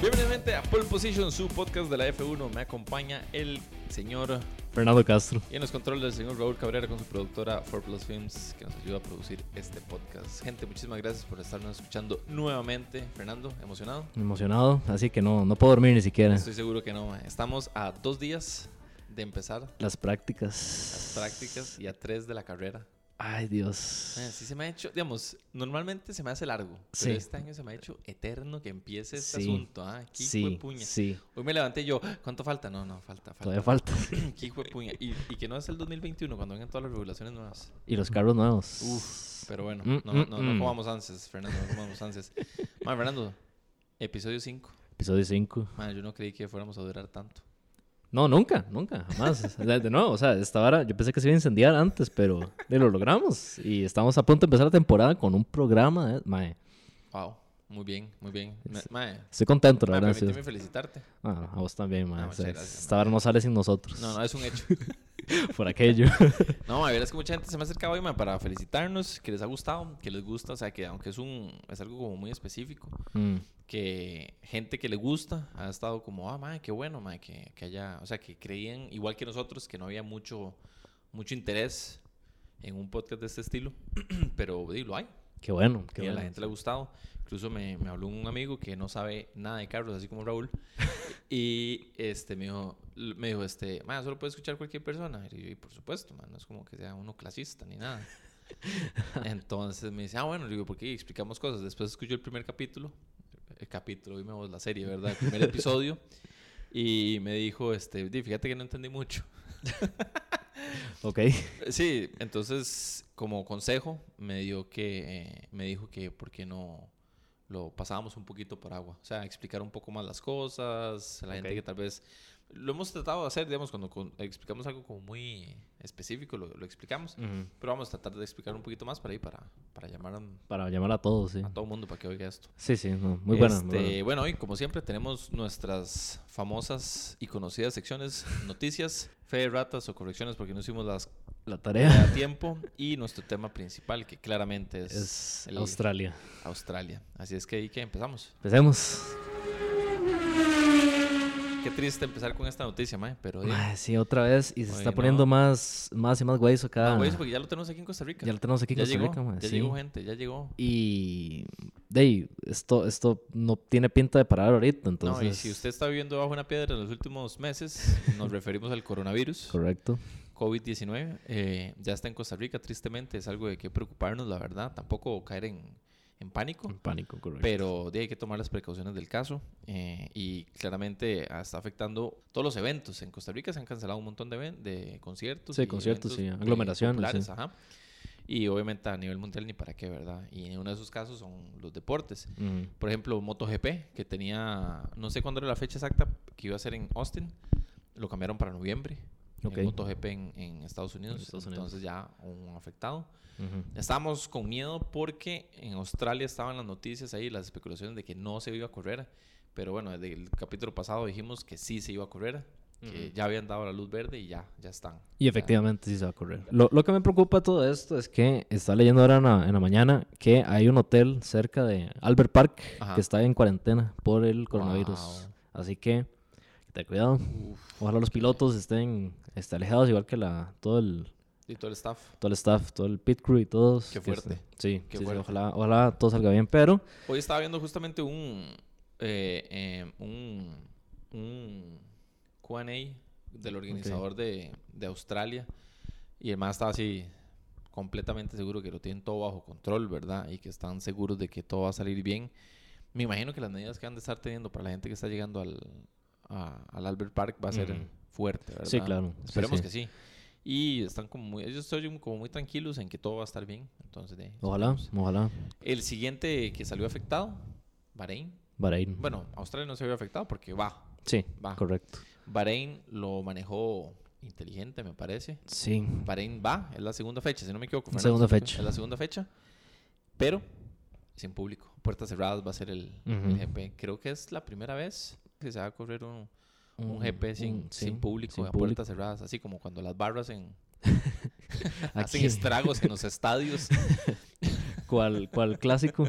nuevamente a Pole Position, su podcast de la F1. Me acompaña el señor Fernando Castro. y en los controles el señor Raúl Cabrera con su productora 4 Plus Films que nos ayuda a producir este podcast. Gente, muchísimas gracias por estarnos escuchando nuevamente. Fernando, emocionado. Emocionado, así que no, no puedo dormir ni siquiera. Estoy seguro que no. ma. Estamos a dos días de empezar Las prácticas. las prácticas y a tres de la carrera. Ay, Dios. Eh, Sí se me ha hecho, digamos, normalmente se me hace largo, Sí. pero este año se me ha hecho eterno que empiece este Sí. asunto. Ah, qué hijo de sí, puña. sí. Hoy me levanté y yo, ¿cuánto falta? No, no, falta, falta. Todavía falta. Qué hijo de puña. Y, y que no es el 2021 cuando vengan todas las regulaciones nuevas. Y los carros nuevos. Uf, pero bueno, Mm, no, mm, no, no mm. comamos ansias, Fernando, no comamos ansias. Ma, Fernando, episodio 5. Episodio 5. Man, yo no creí que fuéramos a durar tanto. No, nunca, nunca, jamás. O sea, de nuevo, o sea, esta vara, yo pensé que se iba a incendiar antes, pero de lo logramos. Y estamos a punto de empezar la temporada con un programa. eh, mae. Wow, muy bien, muy bien. Ma, Sí. ma, Estoy contento, la ma, verdad. sí. Ah, permíteme felicitarte. Ah, a vos también, mae. Ah, O sea, muchas gracias, esta mae. vara no sale sin nosotros. No, no, es un hecho. Por aquello. No, a ver, es que mucha gente se me ha acercado hoy ma, para felicitarnos, que les ha gustado, que les gusta, o sea, que aunque es un es algo como muy específico, Mm, que gente que le gusta ha estado como, ah, madre, qué bueno, madre, que, que haya, o sea, que creían, igual que nosotros, que no había mucho, mucho interés en un podcast de este estilo, pero di, lo hay, Qué bueno, qué y a bueno. la gente le ha gustado. Incluso me, me habló un amigo que no sabe nada de carros, así como Raúl, y este, me dijo, me dijo este, madre, solo puede escuchar cualquier persona, y yo, "Y por supuesto, madre, no es como que sea uno clasista ni nada. Entonces me dice, ah, bueno, le digo, porque explicamos cosas. Después escucho el primer capítulo, el capítulo, hoy me voz, la serie, ¿verdad? El primer episodio. Y me dijo, este, "Di, fíjate que no entendí mucho. Ok. Sí, entonces, como consejo, me dio que, eh, me dijo que por qué no lo pasábamos un poquito por agua. O sea, explicar un poco más las cosas, la gente Ok. que tal vez... Lo hemos tratado de hacer, digamos, cuando con- explicamos algo como muy específico, lo, lo explicamos. Ujú. Pero vamos a tratar de explicar un poquito más para ahí, para, para llamar a Para llamar a todos, sí. a todo el mundo para que oiga esto. Sí, sí, no, muy buena. muy Este, buena. Bueno, hoy, como siempre, tenemos nuestras famosas y conocidas secciones, noticias, fe de ratas o correcciones, porque no hicimos las La a tarea tiempo, y nuestro tema principal, que claramente es, es el- Australia. Australia. Así es que ahí que empezamos. Empecemos. Qué triste empezar con esta noticia, mae, pero... di, Ay, sí, otra vez. Y se Oye, está poniendo no. más, más y más guayos acá. no, güey, eso Ah, porque ya lo tenemos aquí en Costa Rica. ah. ya lo tenemos aquí en Ya Costa llegó, Rica, mae, ya sí. llegó gente, ya llegó. Y, de ahí, esto, esto no tiene pinta de parar ahorita, entonces. No, y si usted está viviendo bajo una piedra en los últimos meses, nos referimos al coronavirus. Correcto. COVID-19 eh, ya está en Costa Rica, tristemente, es algo de que preocuparnos, la verdad, tampoco caer en, en pánico, En pánico, correcto. pero de, hay que tomar las precauciones del caso eh, y claramente ah, está afectando todos los eventos. En Costa Rica se han cancelado un montón de, even- de conciertos. Sí, y conciertos, eventos, eh, sí, aglomeraciones, populares, sí. ajá. Y obviamente a nivel mundial ni para qué, ¿verdad? Y uno de esos casos son los deportes. Ujú. Por ejemplo, MotoGP, que tenía, no sé cuándo era la fecha exacta que iba a ser en Austin, lo cambiaron para noviembre. El Ok. MotoGP en, en Estados Unidos, Estados Unidos. entonces ya un afectado. Ujú. Estábamos con miedo porque en Australia estaban las noticias ahí, las especulaciones de que no se iba a correr, pero bueno, desde el capítulo pasado dijimos que sí se iba a correr, que Ujú. ya habían dado la luz verde y ya, ya están. Y Ya. efectivamente sí se va a correr. Lo, lo que me preocupa de todo esto es que está leyendo ahora en la, en la mañana que hay un hotel cerca de Albert Park Ajá. que está en cuarentena por el coronavirus. Wow. Así que hay que tener cuidado. Ojalá los pilotos estén, este, alejados, igual que la, todo, el, Y todo el staff. todo el staff, todo el pit crew y todos. Qué que estén- fuerte. Sí, Qué sí, sí, fuerte. ojalá, ojalá todo salga bien, pero Hoy estaba viendo justamente un eh, eh, un, un Q&A del organizador de, de Australia y el más estaba así completamente seguro que lo tienen todo bajo control, ¿verdad? Y que están seguros de que todo va a salir bien. Me imagino que las medidas que han de estar teniendo para la gente que está llegando al, a- al Albert Park va a ser Ujú. fuerte, ¿verdad? Sí, claro. Sí, Esperemos sí. que sí. Y están como muy, ellos estoy como muy tranquilos en que todo va a estar bien. Entonces, de- ojalá, ojalá. el siguiente que salió afectado, Bahrein. Bahrein. Bueno, Australia no se vio afectado porque va. sí, va. correcto. Bahrein lo manejó inteligente, me parece. Sí, Bahrein va, es la segunda fecha, si no me equivoco. Segunda ¿sí me fecha. equivoco? Es la segunda fecha, pero sin público. Puertas cerradas va a ser el, el Ujú. GP. Creo que es la primera vez que se va a correr un, un GP sin, un- sí, sin público, sin a público. puertas cerradas, así como cuando las barras en, hacen Aquí, estragos en los estadios. ¿cuál, cuál clásico?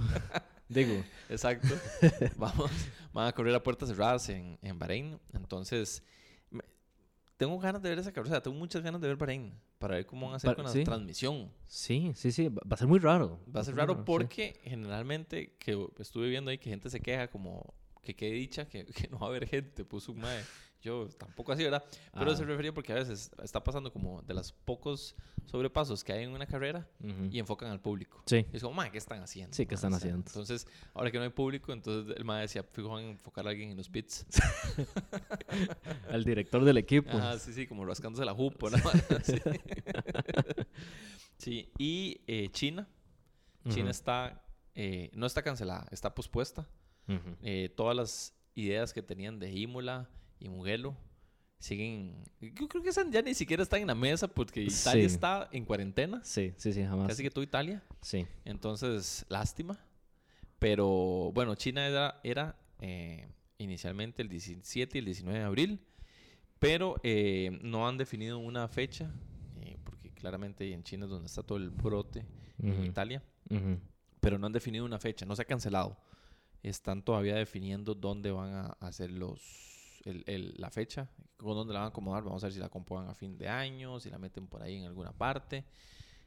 Digo, Exacto. Vamos, van a correr a puertas cerradas en, en Bahrein. Entonces, me- tengo ganas de ver esa carrera. Tengo muchas ganas de ver Bahrein para ver cómo van a hacer Para- con la sí. transmisión. sí, sí, sí, va va a ser muy raro. Va a ser muy raro sí. porque generalmente que estuve viendo ahí que gente se queja como que qué dicha que, que no va a haber gente, puso un mae. Yo tampoco así, ¿verdad? Pero Ah. se refería porque a veces está pasando como de los pocos sobrepasos que hay en una carrera Ujú. y enfocan al público. Sí, Y es como, mae, ¿qué están haciendo? Sí, mae? ¿qué están O sea, haciendo? Entonces, ahora que no hay público, entonces el mae decía, fijo, van a enfocar a alguien en los pits. al director del equipo. Ajá, sí, sí, como rascándose la jupa. una vara así. sí, y eh, China. China Ujú. está, eh, no está cancelada, está pospuesta. Ujú. Eh, todas las ideas que tenían de Imola y Mugello siguen. Yo creo que esas ya ni siquiera están en la mesa porque Italia Sí. está en cuarentena. Sí, sí, sí, jamás. Casi que tú, Italia. Sí. Entonces, lástima. Pero bueno, China era, era, eh, inicialmente el 17 y el 19 de abril, pero eh, no han definido una fecha, eh, porque claramente en China es donde está todo el brote, en Ujú. Italia, Ujú. pero no han definido una fecha, no se ha cancelado. Están todavía definiendo dónde van a hacer los, el- el- la fecha, con dónde la van a acomodar. Vamos a ver si la acomodan a fin de año, si la meten por ahí en alguna parte.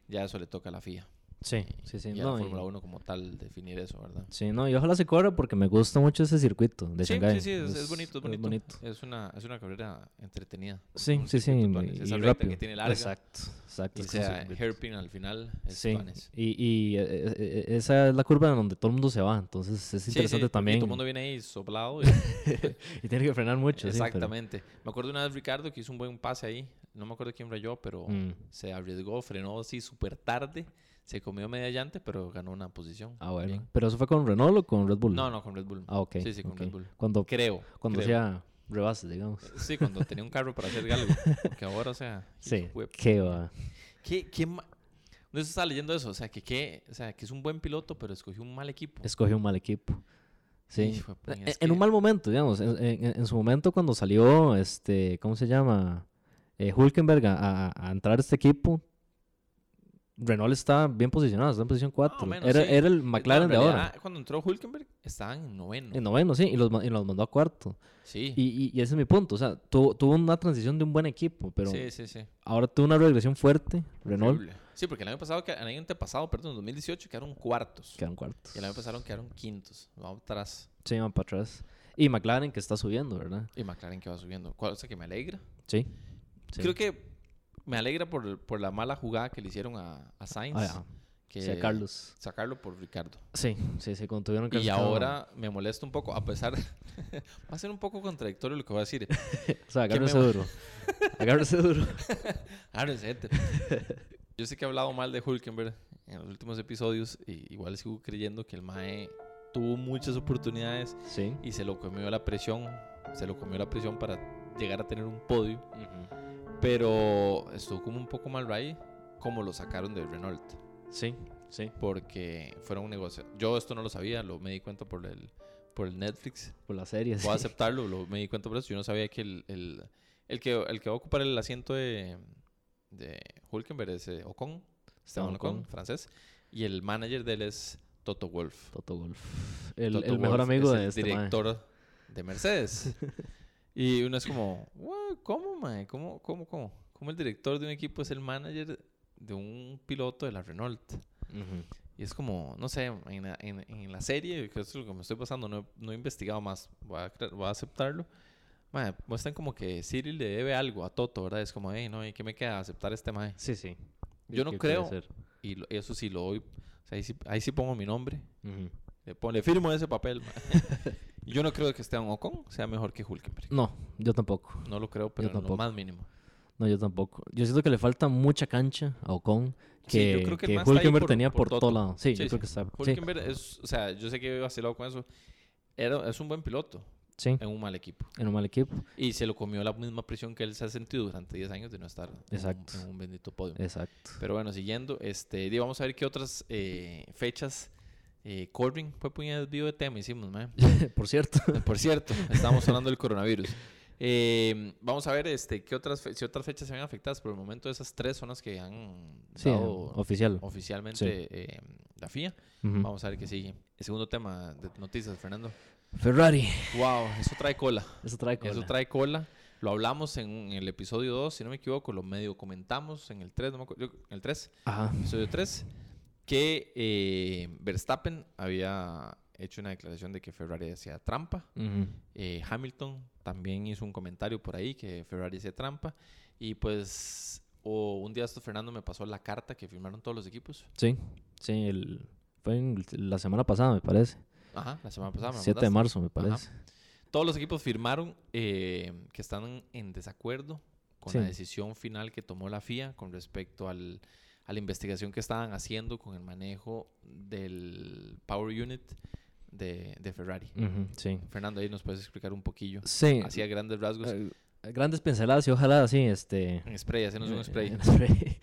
Ya eso le toca a la FIA. Sí, sí, sí. Y a no, la y- Fórmula 1 como tal definir eso, ¿verdad? Sí, no, y ojalá se corra porque me gusta mucho ese circuito de Sí, Shanghái. sí, sí, es, es bonito, es bonito. Es, bonito. una, es una carrera entretenida. Sí, Un sí, sí. circuito tuanis. y- Esa y recta rápido. que tiene larga. Exacto, exacto. Y es como sea circuito. hairpin al final, es Sí, tuanis. y, y, eh, eh, eh, esa es la curva en donde todo el mundo se va, entonces es Sí, interesante sí, también. Y Y, todo el mundo viene ahí soplado. y- tiene que frenar mucho, sí, pero- exactamente. Me acuerdo una vez Ricardo que hizo un buen pase ahí. No me acuerdo quién rayó, pero Mm. se arriesgó, frenó así súper tarde. Se comió media llante, pero ganó una posición. Ah, bueno. Bien. ¿Pero eso fue con Renault o con Red Bull? No, no, con Red Bull. Ah, ok. Sí, sí, con ok. Red Bull. Cuando, Creo. cuando creo. hacía rebases, digamos. Sí, cuando tenía un carro para hacer galgo. Porque ahora, o sea. Sí, hijo de qué va. ¿Qué, qué ma- No se estaba leyendo eso, o sea, que, qué- o sea, que es un buen piloto, pero escogió un mal equipo. Escogió un mal equipo. Sí. Hijo de puña, En, es en un que- mal momento, digamos. En, en- en su momento cuando salió, este, ¿cómo se llama? Eh, Hulkenberg a, a- a entrar a este equipo, Renault está bien posicionado, está en posición 4. menos, era, sí. era el No, en McLaren de ahora. realidad, Cuando entró Hulkenberg, estaban en noveno. En noveno, sí, y los, ma- y los mandó a cuarto. Sí. Y, y- y ese es mi punto, o sea, tu- tuvo una transición de un buen equipo, pero sí, sí, sí. ahora tuvo una regresión fuerte, Renault, Horrible. Sí, porque el año pasado, que- el año antepasado, perdón, en 2018 quedaron cuartos. quedan cuartos. Y el año pasado quedaron quintos. Vamos atrás. Sí, van para atrás. Y McLaren que está subiendo, ¿verdad? Y McLaren que va subiendo. Cosa que me alegra. Sí. sí. Creo que me alegra por, por la mala jugada que le hicieron a, a Sainz. Ah, ya. que Sí, a Carlos. Sacarlo por Ricardo. Sí, sí, sí, cuando tuvieron que Y sacar a- ahora me molesta un poco, a pesar. va a ser un poco contradictorio lo que voy a decir. O sea, que me agárrese va- duro. Agárrese duro. Agárrense, gente. Yo sé que he hablado mal de Hulkenberg en los últimos episodios. Y igual sigo creyendo que el Mae tuvo muchas oportunidades Sí. y se lo comió la presión. Se lo comió la presión para llegar a tener un podio. Pero estuvo como un poco mal Ray, como lo sacaron de Renault. Sí, sí. Porque fueron un negocio. Yo esto no lo sabía, lo me di cuenta por el, por el Netflix. Por la serie. Puedo sí. aceptarlo, lo- me di cuenta por eso. Yo no sabía que el, el, el que, el que va a ocupar el asiento de, de Hulkenberg es eh, Ocon, Esteban Esteban Ocon, Ocon. francés. Y el manager de él es Toto Wolf. Toto Golf. El, Toto el mejor Wolff amigo es de este el mae. director de Mercedes. y uno es como, "What? ¿cómo, mae? ¿Cómo, cómo, cómo? ¿Cómo el director de un equipo es el manager de un piloto de la Renault? Ujú. Y es como, no sé, en la, en- en la serie, que es lo que me estoy pasando, no he, no he investigado más, voy a, cre- voy a aceptarlo. Mae, muestran como que Siri le debe algo a Toto, ¿verdad? Es como, hey, no, ¿y qué me queda aceptar este mae? Sí, sí. Yo ¿Qué no quiere creo, hacer? y lo- eso sí lo doy, o sea, ahí, sí, ahí sí pongo mi nombre, Ujú. le, pon- le firmo ese papel. mae. Yo no creo que Esteban Ocon sea mejor que Hulkenberg. No, Mm. yo tampoco. No lo creo, pero en lo tampoco. más mínimo. No, yo tampoco. Yo siento que le falta mucha cancha a Ocon. Sí, Que, yo creo que el que mae está ahí Hulkenberg por- tenía por por, Toto. todo lado. Sí, Sí, yo sí. creo que está. sí, Hulkenberg es, o sea, yo sé que he vacilado con eso, Era, es un buen piloto Sí, en un mal equipo. en un mal equipo. Y se lo comió la misma presión que él se ha sentido durante 10 años de no estar en un- Exacto. En, un, bendito podio. Exacto. Pero bueno, siguiendo, este, di, vamos a ver qué otras eh, fechas eh, corren. Fue puñado desvío de tema, hicimos, mae. por cierto. Por cierto, estábamos hablando del coronavirus. Eh, vamos a ver este, qué otras, fe- si otras fechas se ven afectadas. Por el momento, esas tres son las que han Sí, dado oficial. oficialmente Sí. eh, la FIA. Ujú. Vamos a ver qué sigue. El segundo tema de noticias, Fernando. Ferrari. Wow, eso trae cola. Eso trae cola. Eso trae cola. Lo hablamos en, un- en el episodio 2, si no me equivoco, lo medio comentamos en el 3, no me acuerdo, yo- en el 3, Ajá. episodio 3, que eh, Verstappen había hecho una declaración de que Ferrari hacía trampa. Ujú. Eh, Hamilton también hizo un comentario por ahí que Ferrari hacía trampa. Y pues, o un día esto Fernando me pasó la carta que firmaron todos los equipos. Sí, sí, el, fue en- la semana pasada, me parece. Ajá, la semana pasada. Ah, me la 7 de mandaste. marzo, me parece. Todos los equipos firmaron eh, que están en desacuerdo con la Sí. decisión final que tomó la FIA con respecto al, a la investigación que estaban haciendo con el manejo del Power Unit de, de Ferrari. Ujú, sí. Fernando, ahí nos puedes explicar un poquillo. Mm. Sí. Así a grandes rasgos. eh, grandes pinceladas y ojalá así, este... en spray, hacenos eh, un spray. en spray,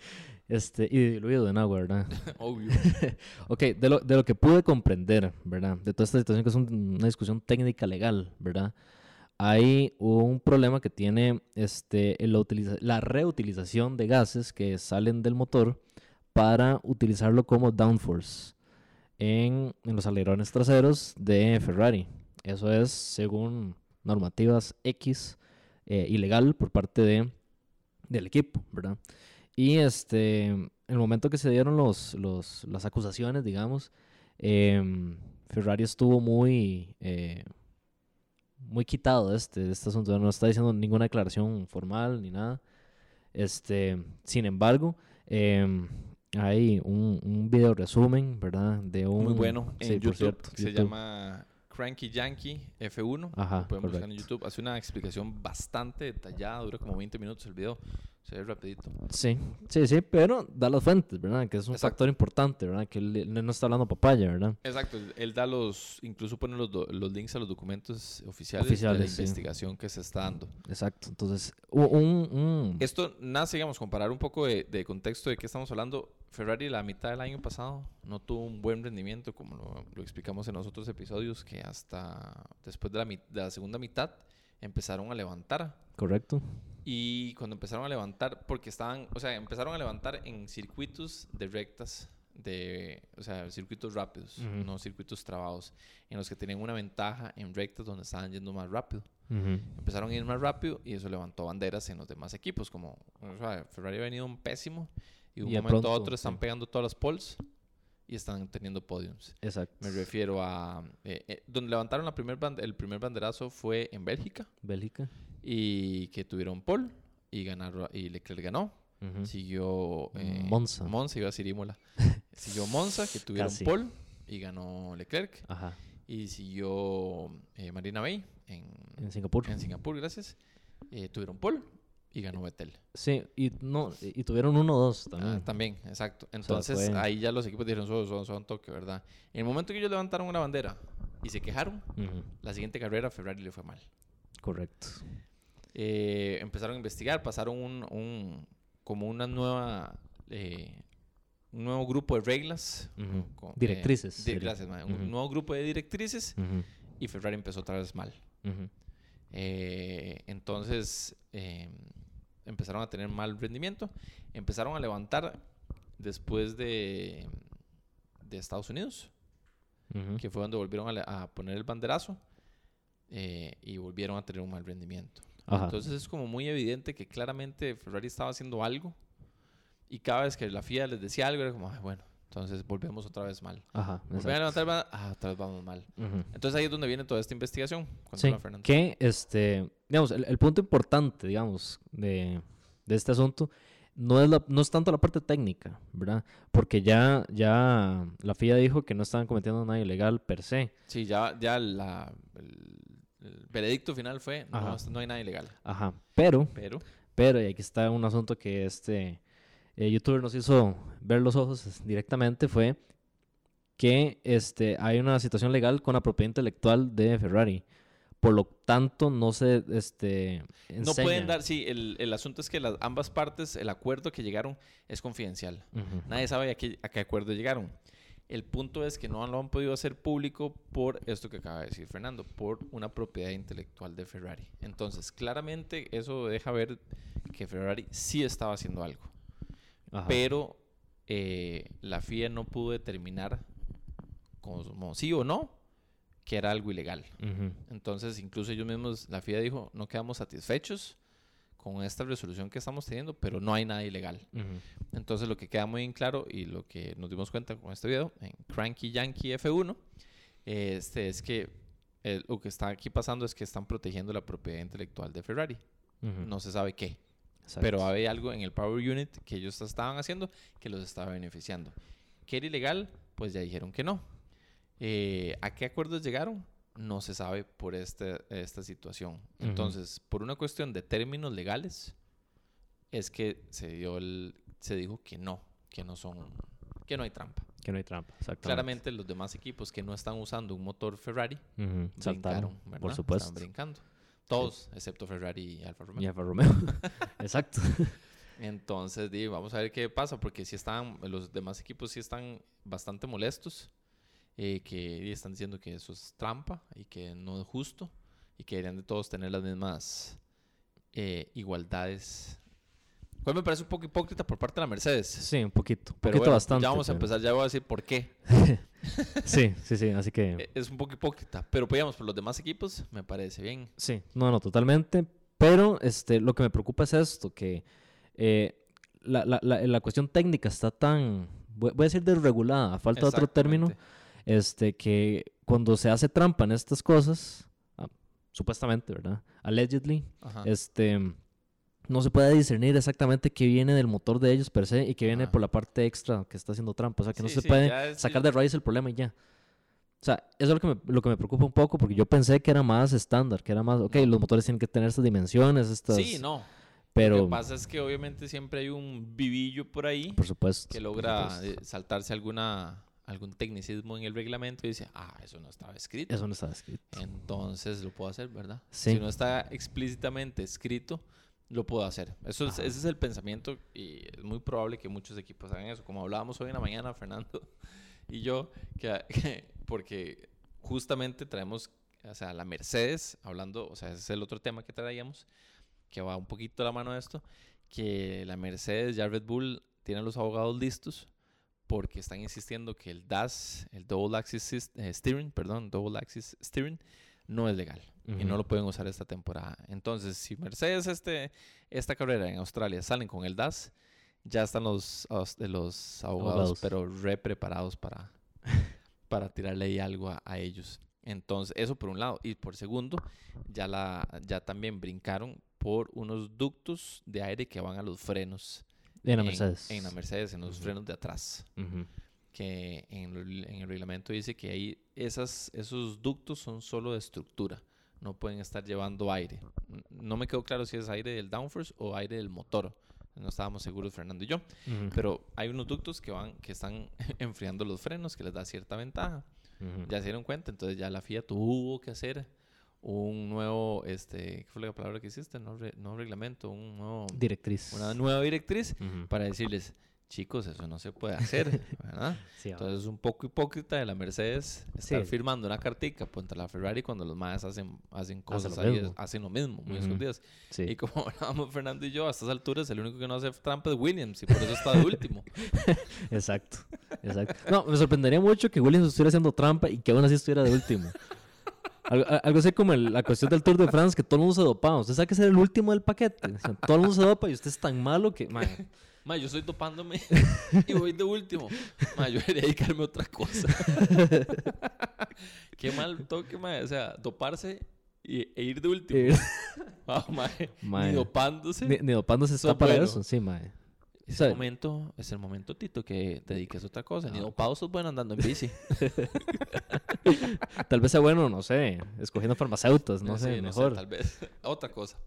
Este, y diluido en agua, ¿verdad? Obvio. ok, de lo, de lo que pude comprender, ¿verdad? De toda esta situación que es un- una discusión técnica legal, ¿verdad? Hay un problema que tiene este, la, utiliza- la reutilización de gases que salen del motor para utilizarlo como downforce en, en los alerones traseros de Ferrari. Eso es, según normativas X, eh, ilegal por parte de, del equipo, ¿verdad? Y este, en el momento que se dieron los, los- las acusaciones, digamos, em, Ferrari estuvo muy, eh, muy quitado de este, de este asunto. No está diciendo ninguna declaración formal ni nada. Este, sin embargo, em, hay un, un video resumen, ¿verdad? De un, Muy bueno. En sí, por YouTube cierto, se YouTube. llama Cranky Yankee F1. Ajá, Pueden buscar en correcto. YouTube. Hace una explicación bastante detallada. Dura como 20 minutos el video. Se ve rapidito. Sí, sí, sí, pero da las fuentes, ¿verdad? Que es un Exacto. factor importante, ¿verdad? Que él- él no está hablando papaya, ¿verdad? Exacto, él- él da los, incluso pone los, do- los links a los documentos oficiales, de la Oficiales, sí. investigación que se está dando. Exacto. Entonces, u- un, un- Esto nace, digamos, comparar un poco de, de contexto de qué estamos hablando. Ferrari la mitad del año pasado no tuvo un buen rendimiento, como lo, lo explicamos en los otros episodios, que hasta después de la, mi- de la segunda mitad empezaron a levantar. correcto. Y cuando empezaron a levantar, porque estaban, o sea, empezaron a levantar en circuitos de rectas, de, o sea, circuitos rápidos, Ujú. no circuitos trabados, en los que tenían una ventaja en rectas donde estaban yendo más rápido. Ujú. Empezaron a ir más rápido y eso levantó banderas en los demás equipos, como, o sea, Ferrari ha venido un pésimo y de un Y de momento a pronto, otro están sí. pegando todas las poles y están teniendo podiums. Exacto. Me refiero a... eh, eh, donde levantaron la primer bande- el primer banderazo fue en Bélgica Bélgica. y que tuvieron Paul y ganaron y Leclerc ganó. Ujú. Siguió eh, Monza. Monza, iba a decir Imola. siguió Monza, que tuvieron Casi. Paul y ganó Leclerc. Ajá. Y siguió eh, Marina Bay en, En Singapur. en Singapur, gracias. Eh, tuvieron Paul y ganó Vettel. Sí, y, no, y tuvieron uno o dos Ah, también. también, exacto. Entonces fue- ahí ya los equipos dijeron, son, son, son toque, ¿verdad? En el momento que ellos levantaron una bandera y se quejaron, Ujú, la siguiente carrera a Ferrari le fue mal. Correcto. eh, empezaron a investigar, pasaron un, un- como una nueva, eh, un nuevo grupo de reglas. Ujú. con- eh, Directrices, di- sería. gracias, ma, Ujú. Un nuevo grupo de directrices Ujú, y Ferrari empezó otra vez mal. ujú. Eh, entonces eh, empezaron a tener mal rendimiento, empezaron a levantar después de, de Estados Unidos Ujú. que fue donde volvieron a, le- a poner el banderazo eh, y volvieron a tener un mal rendimiento. Ajá. Entonces es como muy evidente que claramente Ferrari estaba haciendo algo y cada vez que la FIA les decía algo era como, "Ay, bueno, entonces volvemos otra vez mal. Ajá. Volvieron a exacto. levantar el banderazo, ah, otra vez vamos mal. Ujú. Entonces ahí es donde viene toda esta investigación. Sí, Continúa, Fernando. que este, digamos, el, el punto importante, digamos, de, de este asunto no es, la- no es tanto la parte técnica, ¿verdad? Porque ya, ya la FIA dijo que no estaban cometiendo nada ilegal per se. Sí, ya, ya la- el, el veredicto final fue, no, Ajá. esto no hay nada ilegal. Ajá. Pero, Pero, pero, y aquí está un asunto que este eh, youtuber nos hizo ver los ojos es- directamente, fue que este, hay una situación legal con la propiedad intelectual de Ferrari. Por lo tanto, no se este, no pueden enseña. dar, sí, el, el asunto es que las, ambas partes, el acuerdo que llegaron es confidencial. Ujú. Nadie sabe a qué, a qué acuerdo llegaron. El punto es que no lo han podido hacer público por esto que acaba de decir Fernando, por una propiedad intelectual de Ferrari. Entonces, claramente eso deja ver que Ferrari sí estaba haciendo algo, Ajá. pero eh, la FIE no pudo determinar como sí o no que era algo ilegal. Ujú. Entonces, incluso ellos mismos, la FIA dijo, no quedamos satisfechos con esta resolución que estamos teniendo, pero no hay nada ilegal. Ujú. Entonces, lo que queda muy en claro y lo que nos dimos cuenta con este video en Cranky Yankee F1, eh, este, es que eh, lo que está aquí pasando es que están protegiendo la propiedad intelectual de Ferrari. Ujú. No se sabe qué, Exacto. pero había algo en el Power Unit que ellos estaban haciendo que los estaba beneficiando. ¿Que era ilegal? Pues ya dijeron que no. Eh, ¿A qué acuerdos llegaron? No se sabe por este- esta situación. Ujú. Entonces, por una cuestión de términos legales, es que se, dio el- se dijo que no, que no son, que no hay trampa. Que no hay trampa. Exactamente. Claramente los demás equipos que no están usando un motor Ferrari Ujú. Saltaron. brincaron, ¿verdad? por Están supuesto. brincando. Todos, excepto Ferrari y Alfa Romeo. Y Alfa Romeo. Exacto. Entonces, di, vamos a ver qué pasa, porque si están, los demás equipos sí están bastante molestos, eh, que di, están diciendo que eso es trampa y que no es justo y que deberían de todos tener las mismas eh, igualdades. Cual me parece un poco hipócrita por parte de la Mercedes. Sí, un poquito. Un Pero poquito bueno, bastante. Ya vamos a pero- empezar, ya voy a decir por qué. Sí, sí, sí. Así que. Eh, Es un poco hipócrita, pero pues, digamos, por los demás equipos me parece bien. Sí, no, no, totalmente. Pero este, lo que me preocupa es esto, que eh, la, la- la- la cuestión técnica está tan, voy voy a decir desregulada, a falta de otro término, Exactamente. este, que cuando se hace trampa en estas cosas, ah, supuestamente, ¿verdad? Allegedly, Ajá. este, no se puede discernir exactamente qué viene del motor de ellos per se y qué viene Ajá. por la parte extra que está haciendo trampa. O sea, que no Sí, se sí, ya puede es sacar el- de raíz el problema y ya. O sea, eso es lo que, me, lo que me preocupa un poco porque yo pensé que era más estándar, que era más, ok, No. los motores tienen que tener estas dimensiones, estas... Sí, no. Lo Pero, que pasa es que obviamente siempre hay un vivillo por ahí. por supuesto. que Pues, por logra supuesto. eh, saltarse alguna algún tecnicismo en el reglamento y dice, ah, eso no estaba escrito. Eso no está escrito. Entonces lo puedo hacer, ¿verdad? Sí. Si no está explícitamente escrito, lo puedo hacer. Eso es- Ajá. ese es el pensamiento y es muy probable que muchos equipos hagan eso. Como hablábamos hoy en la mañana, Fernando y yo, que, que- porque justamente traemos, o sea, la Mercedes, hablando, o sea, ese es el otro tema que traíamos, que va un poquito a la mano de esto, que la Mercedes ya Red Bull tiene a los abogados listos porque están insistiendo que el DAS, el Double Axis Syst- eh, Steering, perdón, Double Axis Steering, no es legal y no Ujú. lo pueden usar esta temporada. Entonces, si Mercedes este, esta carrera en Australia salen con el DAS, ya están los, aus- eh, los abogados, Abogados. pero re preparados para, para tirarle ahí algo a, a ellos. Entonces, eso por un lado. Y por segundo, ya, la, ya también brincaron por unos ductos de aire que van a los frenos. En la Mercedes. En, la Mercedes, en los Ujú. frenos de atrás. Ujú. Que en, el- en el reglamento dice que ahí esas, esos ductos son solo de estructura. No pueden estar llevando aire. N- No me quedó claro si es aire del downforce o aire del motor. No estábamos seguros Fernando y yo. Ujú. Pero hay unos ductos que van, que están enfriando los frenos, que les da cierta ventaja. Ujú. Ya se dieron cuenta, entonces ya la FIA tuvo que hacer un nuevo, este, ¿qué fue la palabra que hiciste? No, re- no reglamento, un nuevo, Directriz. una nueva directriz Ujú. para decirles, chicos, eso no se puede hacer, ¿verdad? Sí, ahora. Entonces es un poco hipócrita de la Mercedes estar Sí. firmando una cartica contra la Ferrari cuando los más hacen, hacen cosas lo ahí, mismo. hacen lo mismo, muy Ujú. escondidas. Sí. Y como hablábamos Fernando y yo, a estas alturas el único que no hace trampa es Williams y por eso está de último. Exacto, exacto. No, me sorprendería mucho que Williams estuviera haciendo trampa y que aún así estuviera de último. Algo, a- algo así como el- la cuestión del Tour de France, que todo el mundo se dopaba. Usted sabe que ser el último del paquete. O sea, todo el mundo se dopa y usted es tan malo que... man, Ma, yo estoy topándome y voy de último. Ma, yo debería dedicarme a otra cosa. Qué mal toque, ma. O sea, doparse y, e ir de último. eh, Ah, ma, Ma. Ni dopándose. ni, ni dopándose está Está para bueno. eso. Sí, mae. Es, sabe. el momento, es el momento, Tito, que te dediques a otra cosa. Ni Ah. dopado sos bueno andando en bici. Tal vez sea bueno, no sé, escogiendo farmacéuticos, no Sí, sé, mejor. tal vez. Otra cosa.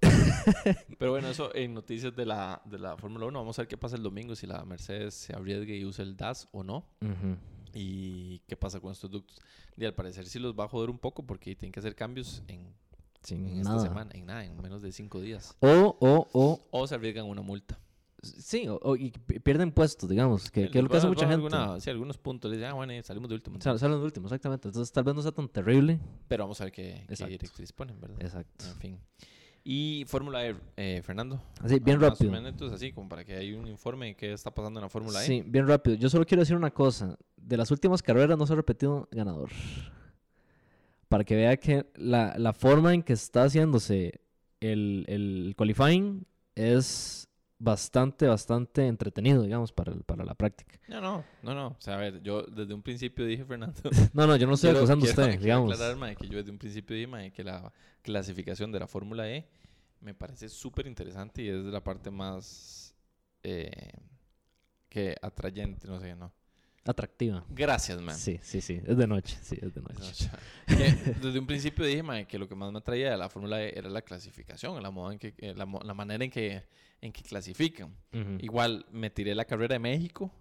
Pero bueno, eso en noticias de la, de la Fórmula 1. Vamos a ver qué pasa el domingo, si la Mercedes se arriesgue y usa el DAS o no. Ujú. ¿Y qué pasa con estos ductos? Y al parecer sí los va a joder un poco porque tienen que hacer cambios en, Sí, en nada. esta semana, en nada, en menos de cinco días. O, o, o, O se arriesgan una multa. sí, o, o- y pi- pierden puestos, digamos, que, que es Les lo que hace bajan- mucha bajan gente. alguna- sí, algunos puntos. Les dicen, ah, bueno, eh, salimos de último. Sal- Salen últimos, exactamente. Entonces tal vez no sea tan terrible. Pero vamos a ver qué, qué Exacto. directriz ponen, ¿verdad? Exacto. En fin. Y Fórmula E, eh, Fernando. Así, bien Más o rápido. menos, entonces, así, como para que haya un informe de qué está pasando en la Fórmula E. Sí, bien rápido. Yo solo quiero decir una cosa. De las últimas carreras no se ha repetido ganador. Para que vea que la, la forma en que está haciéndose el, el qualifying es bastante, bastante entretenido, digamos, para, el- para la práctica. No, no, no, no. O sea, a ver, yo desde un principio dije, Fernando. No, no, yo no estoy quiero- acusando a quiero- usted, quiero digamos. aclarar, mae, que yo desde un principio dije, mae, que la clasificación de la Fórmula E me parece súper interesante y es la parte más eh, que atrayente, no sé, no. Atractiva. Gracias, man. Sí, sí, sí. Es de noche, sí, es de Esa noche. noche. Que desde un principio dije, mae, que lo que más me atraía de la Fórmula E era la clasificación, la, moda en que, eh, la, mo- la manera en que, en que clasifican. Ujú. Igual me tiré la carrera de México,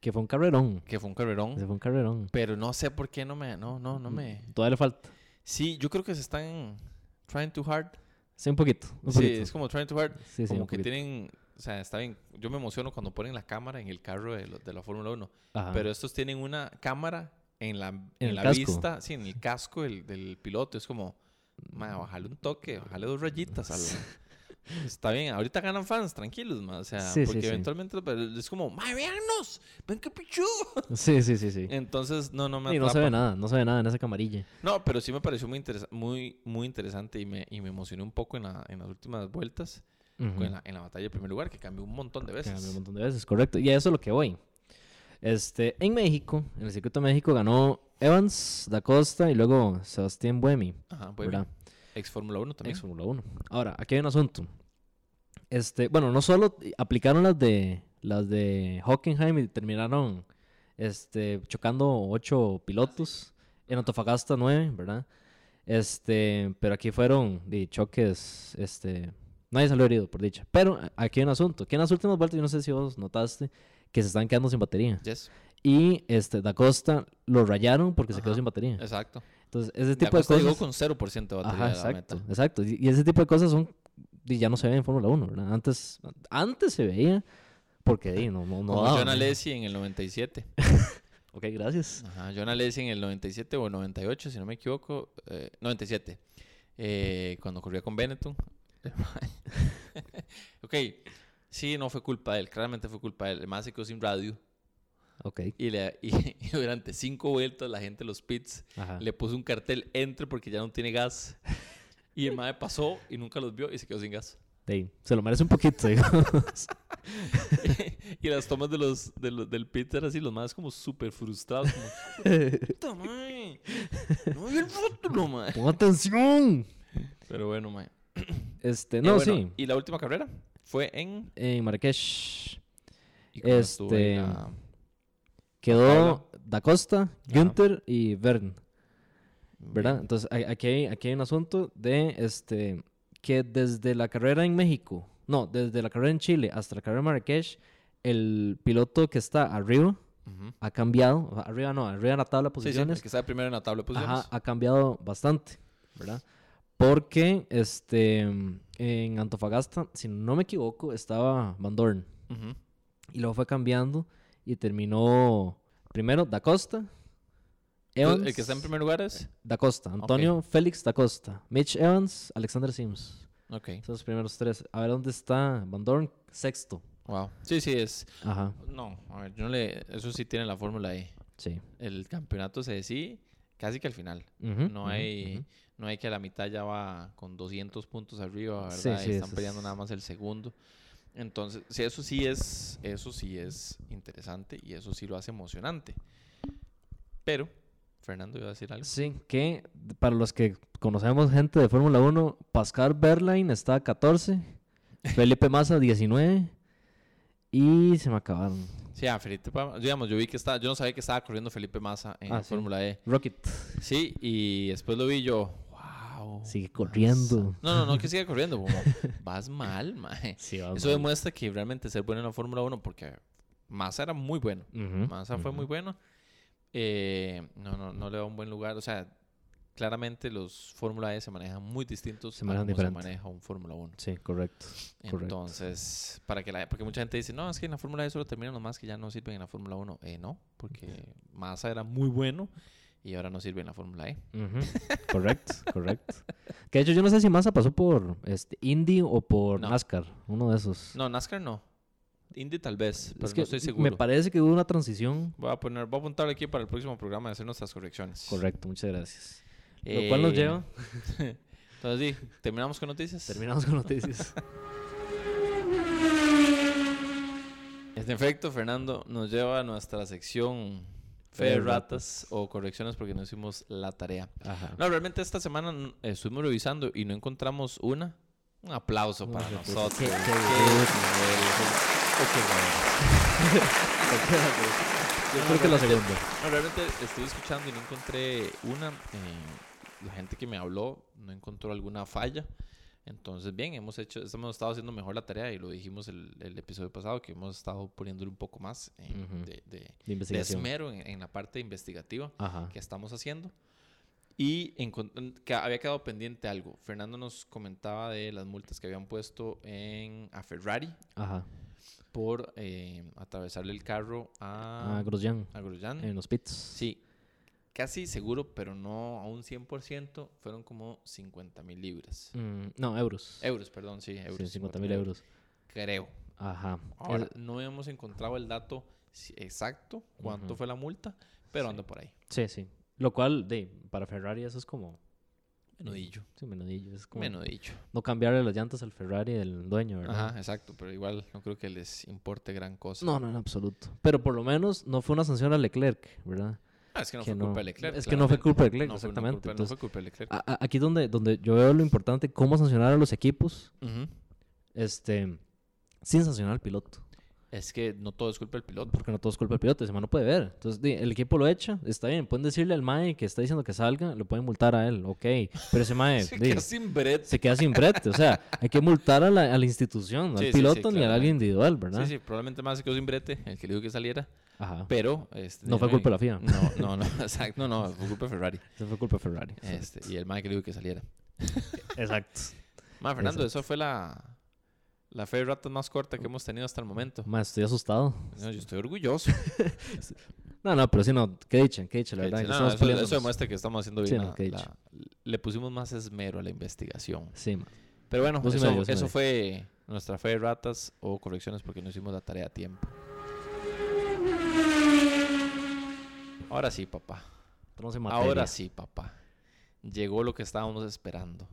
Que fue un carrerón. que fue un carrerón, Ese fue un carrerón. pero no sé por qué no me, no, no, no me. Todavía le falta. Sí, yo creo que se están trying too hard. Sí, un poquito. Un Sí, poquito. es como trying too hard. Sí, sí, como un que poquito. tienen, o sea, está bien. Yo me emociono cuando ponen la cámara en el carro de, lo- de la Fórmula 1, Ajá. pero estos tienen una cámara en la, en Ah. el la casco. vista, sí, en el casco del, del piloto. Es como, ma, Mm. bájale un toque, bájale dos rayitas. al- Está bien, ahorita ganan fans, tranquilos, ma. O sea, Sí, sí, porque sí. eventualmente pero es como, ma, véannos, ven que pichu. Sí, sí, sí, sí. Entonces, no, no me Y no atrapa. se ve nada, no se ve nada en esa camarilla. No, pero sí me pareció muy, interesa- muy, muy interesante y me, y me emocioné un poco en, la- en las últimas vueltas, Ujú. en, la, en la batalla de primer lugar, que cambió un montón de Que veces. ganó un montón de veces, correcto. Y a eso es lo que voy. Este, en México, en el circuito de México ganó Evans, Da Costa y luego Sebastián Buemi, Ajá, pues, ¿verdad? ex Fórmula 1 también. Ex Fórmula 1. Ahora, aquí hay un asunto. Este, bueno, no solo aplicaron las de las de Hockenheim y terminaron este, chocando ocho pilotos. En Antofagasta nueve, ¿verdad? Este, pero aquí fueron de choques, este, nadie salió herido, por dicha. Pero a- aquí hay un asunto, que en las últimas vueltas, yo no sé si vos notaste, que se están quedando sin batería. Yes, Y, este, Da Costa lo rayaron porque se quedó Ajá, sin batería. exacto. Entonces, ese Da Este tipo de Costa cosas... llegó con 0% de batería Ajá, a la exacto, meta. exacto. Y, y ese tipo de cosas son y ya no se ve en Fórmula 1, ¿verdad? Antes, antes se veía porque di, no, no, no Como daba, John ¿no? Alesi en el 97. Ok, gracias. Ajá, John Alesi en el 97 o 98, si no me equivoco. eh, 97. eh, cuando corría con Benetton. ok, sí, no fue culpa de él. Claramente fue culpa de él. El más se quedó sin radio. Ok, Y, le- y- y durante cinco vueltas la gente de los pits ajá. le puso un cartel entre porque ya no tiene gas. Y el madre pasó y nunca los vio y se quedó sin gas. Di, se lo merece un poquito, digamos. y las tomas de los, de los- del pit eran así, los más como súper frustrados. Como, "Puta, mae, no vio el rótulo, mae". ¡Pon atención! Pero bueno, mae. Este, Eh, no, bueno, sí. Y la última carrera fue en... En Marrakech y cómo estuvo ahí Este, la- quedó Da Costa, Günther y Vern, ¿verdad? Entonces, a- aquí hay, aquí hay un asunto de este que desde la carrera en México, no, desde la carrera en Chile hasta la carrera en Marrakech, el piloto que está arriba Ujú. ha cambiado, o sea, arriba no, arriba en la tabla de Sí, sí, el posiciones, que estaba primero en la tabla de ajá, posiciones. ha cambiado bastante, ¿verdad? Porque este, en Antofagasta, si no me equivoco, estaba Van Dorn. Ujú. Y luego fue cambiando y terminó primero Da Costa, Entonces, Evans, el que está en primer lugar es... Da Costa, Antonio Félix Da Costa, Mitch Evans, Alexander Sims. Ok, Son los primeros tres. A ver dónde está Van Dorn, sexto. wow. Sí, sí, es... Ajá, No, a ver, yo no le... Eso sí tiene la Fórmula E. sí. El campeonato se decide casi que al final. Ujú, No ujú, hay... ujú. No hay que a la mitad ya va con 200 puntos arriba, ¿verdad? Sí, Y sí, están eso peleando es- nada más el segundo. Entonces, sí, eso sí es... Eso sí es interesante y eso sí lo hace emocionante. Pero... Fernando iba a decir algo. Sí, que para los que conocemos gente de Fórmula 1, Pascal Berlain está a 14, Felipe Massa 19 y se me acabaron. Sí, a Felipe Massa, digamos, yo vi que estaba, yo no sabía que estaba corriendo Felipe Massa en Ah, la sí. Fórmula E. Rocket Sí, y después lo vi yo, wow. sigue corriendo. No, no, no que siga corriendo, como, vas mal, mae. Sí, Eso demuestra que realmente ser bueno en la Fórmula 1 porque Massa era muy bueno. Massa fue muy bueno. Eh, no, no, no le da un buen lugar, o sea, claramente los Fórmula E se manejan muy distintos Se a manejan cómo se diferente. maneja un Fórmula 1. Sí, correcto. Correcto. Entonces, para que la, porque mucha gente dice, no, es que en la Fórmula E solo terminan los más que ya no sirven en la Fórmula 1. Eh, no, porque Massa era muy bueno y ahora no sirve en la Fórmula E. Ujú. Correcto, correcto. Que de hecho yo no sé si Massa pasó por este, Indy o por No. NASCAR, uno de esos. No, NASCAR no. Indy tal vez, pero Es no que estoy Me seguro. parece que hubo una transición. Voy a poner, voy a apuntar aquí para el próximo programa de hacer nuestras correcciones. Correcto, muchas gracias. Lo cual nos Eh, lleva, Entonces, sí, terminamos con noticias. terminamos con noticias. En efecto, Fernando, nos lleva a nuestra sección Fe de Ratas o correcciones porque no hicimos la tarea. Ajá. No, realmente esta semana mm, eh, estuvimos revisando y no encontramos una. Un aplauso para Una sorpresa. nosotros. Qué- qué Qué bien. nivel, qué- Yo creo que la segunda. No, realmente estuve escuchando y no encontré una. eh, la gente que me habló no encontró alguna falla. Entonces, bien, hemos hecho, hemos estado haciendo mejor la tarea y lo dijimos el, el episodio pasado, que hemos estado poniéndole un poco más eh, Ujú. de, de- De de investigación. esmero en, en la parte investigativa Ajá. que estamos haciendo. Y encon- que había quedado pendiente algo. Fernando nos comentaba de las multas que habían puesto en, a Ferrari Ajá. por eh, atravesarle el carro a, Ah, Grosjean, a Grosjean. en los pits. Sí, casi seguro, pero no a un 100%, fueron como 50 mil libras. Mm, no, euros. Euros, perdón, sí, euros. Sí, 50 mil euros. Creo. Ajá. Ahora, El- no hemos encontrado el dato si- exacto, cuánto Ujú. fue la multa, pero Sí. anda por ahí. sí, sí. Lo cual, de, para Ferrari eso es como... Menudillo. Sí, menudillo. Es como Menos dicho. no cambiarle las llantas al Ferrari del dueño, ¿verdad? Ajá, exacto, pero igual no creo que les importe gran cosa. No, no, en absoluto. Pero por lo menos no fue una sanción a Leclerc, ¿verdad? Ah, es que no que fue no. culpa de Leclerc. Es que no fue claramente. culpa de Leclerc, No fue una exactamente, culpa- no entonces- ah, fue culpa de Leclerc. A- a- aquí donde, donde yo veo lo importante, cómo sancionar a los equipos, Ujú. este, sin sancionar al piloto. Es que no todo es culpa del piloto. Porque no todo es culpa del piloto, ese man no puede ver. Entonces, di, el equipo lo echa, está bien. Pueden decirle al MAE que está diciendo que salga, lo pueden multar a él, ok. Pero ese MAE Se di, queda sin brete. se queda sin brete. O sea, hay que multar a la, a la institución, no Sí, sí, al sí, piloto ni a claramente. alguien individual, ¿verdad? Sí, sí, probablemente más se quedó sin brete, el que le dijo que saliera. Ajá. Pero. este, No fue mae, culpa de la FIA. No, no, no, exacto. No, no, fue culpa de Ferrari. Esa fue culpa de Ferrari. Este, y el Mike que dijo que saliera. Exacto. Más, Fernando, eso fue la. La fe de ratas más corta que hemos tenido hasta el momento. Más, estoy asustado. No, yo estoy orgulloso. No, no, pero sí, no. ¿Qué dicha? ¿Qué dicha? La verdad, Sí, que no, estamos eso, eso peleándonos. demuestra que estamos haciendo Sí, bien. no, la- qué la- le pusimos más esmero a la investigación. Sí, ma. Pero bueno, Dos y eso, medio, dos y eso medio. fue nuestra fe de ratas o correcciones porque no hicimos la tarea a tiempo. Ahora sí, papá. Estamos en materia. Ahora sí, papá. Llegó lo que estábamos esperando.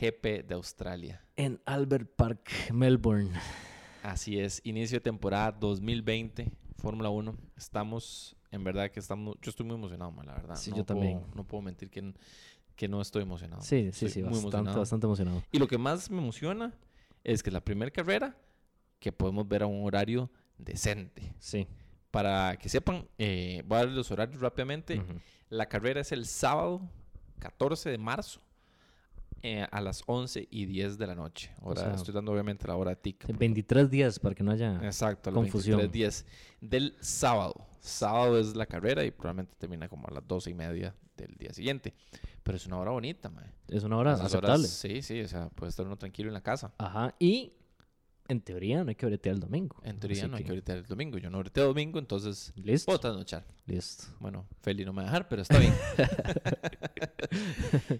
GP de Australia. En Albert Park, Melbourne. Así es, inicio de temporada 2020, Fórmula 1. Estamos, en verdad que estamos, yo estoy muy emocionado, ma, la verdad. Sí, No yo puedo- también. No puedo mentir que, n- que no estoy emocionado. Sí, sí, Estoy sí. muy Bastante, emocionado. bastante emocionado. Y lo que más me emociona es que es la primera carrera que podemos ver a un horario decente. Sí. Para que sepan, eh, voy a dar los horarios rápidamente. Ujú. La carrera es el sábado 14 de marzo eh, a las 11 y 10 de la noche. Ahora sea, estoy dando obviamente la hora tica. En 23 días para que no haya... Exacto, a las Confusión. 23:10 del sábado. Sábado es la carrera y probablemente termina como a las 12 y media del día siguiente. Pero es una hora bonita, mae. Es una hora Esas aceptable. horas- sí, sí, o sea, puede estar uno tranquilo en la casa. Ajá. Y en teoría no hay que bretear el domingo. En teoría Así no hay que ahorita el domingo. Yo no ahorita domingo, entonces Listo. puedo trasnochar. Listo. Bueno, Feli no me va a dejar, pero está bien.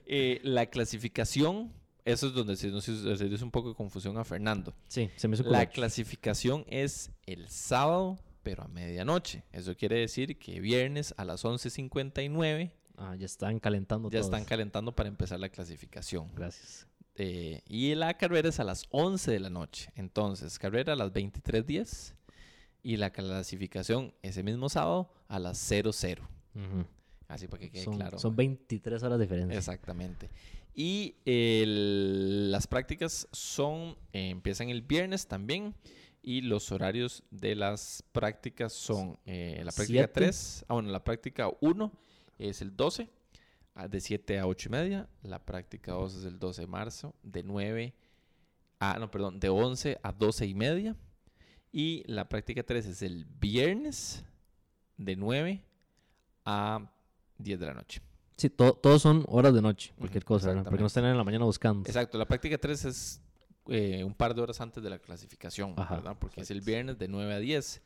Eh, la clasificación, eso es donde se nos hizo, se le hizo un poco de confusión a Fernando. Sí, se me hizo La curioso. clasificación es el sábado, pero a medianoche. Eso quiere decir que viernes a las 11.59 Ah, ya están calentando ya todos. están calentando para empezar la clasificación. Gracias. Eh, y la carrera es a las 11 de la noche. Entonces, carrera a las 23.10 y la clasificación ese mismo sábado a las 00. Ujú. Así para que quede son, claro. son ma. 23 horas de diferencia. Exactamente. Y el- las prácticas son, eh, empiezan el viernes también. Y los horarios de las prácticas son eh, la práctica Siete. 3, ah, bueno, la práctica 1 es el 12, ah, de 7 a 8 y media. La práctica 2 es el 12 de marzo, de 9 a, no, perdón, de 11 a 12 y media. Y la práctica 3 es el viernes, de 9 a 10 de la noche. Sí, to- todos son horas de noche, cualquier Ujú, cosa, ¿verdad? Porque no están en la mañana buscando. Exacto, la práctica 3 es eh, un par de horas antes de la clasificación, Ajá, ¿verdad? Porque es el exacto. viernes de 9 a 10.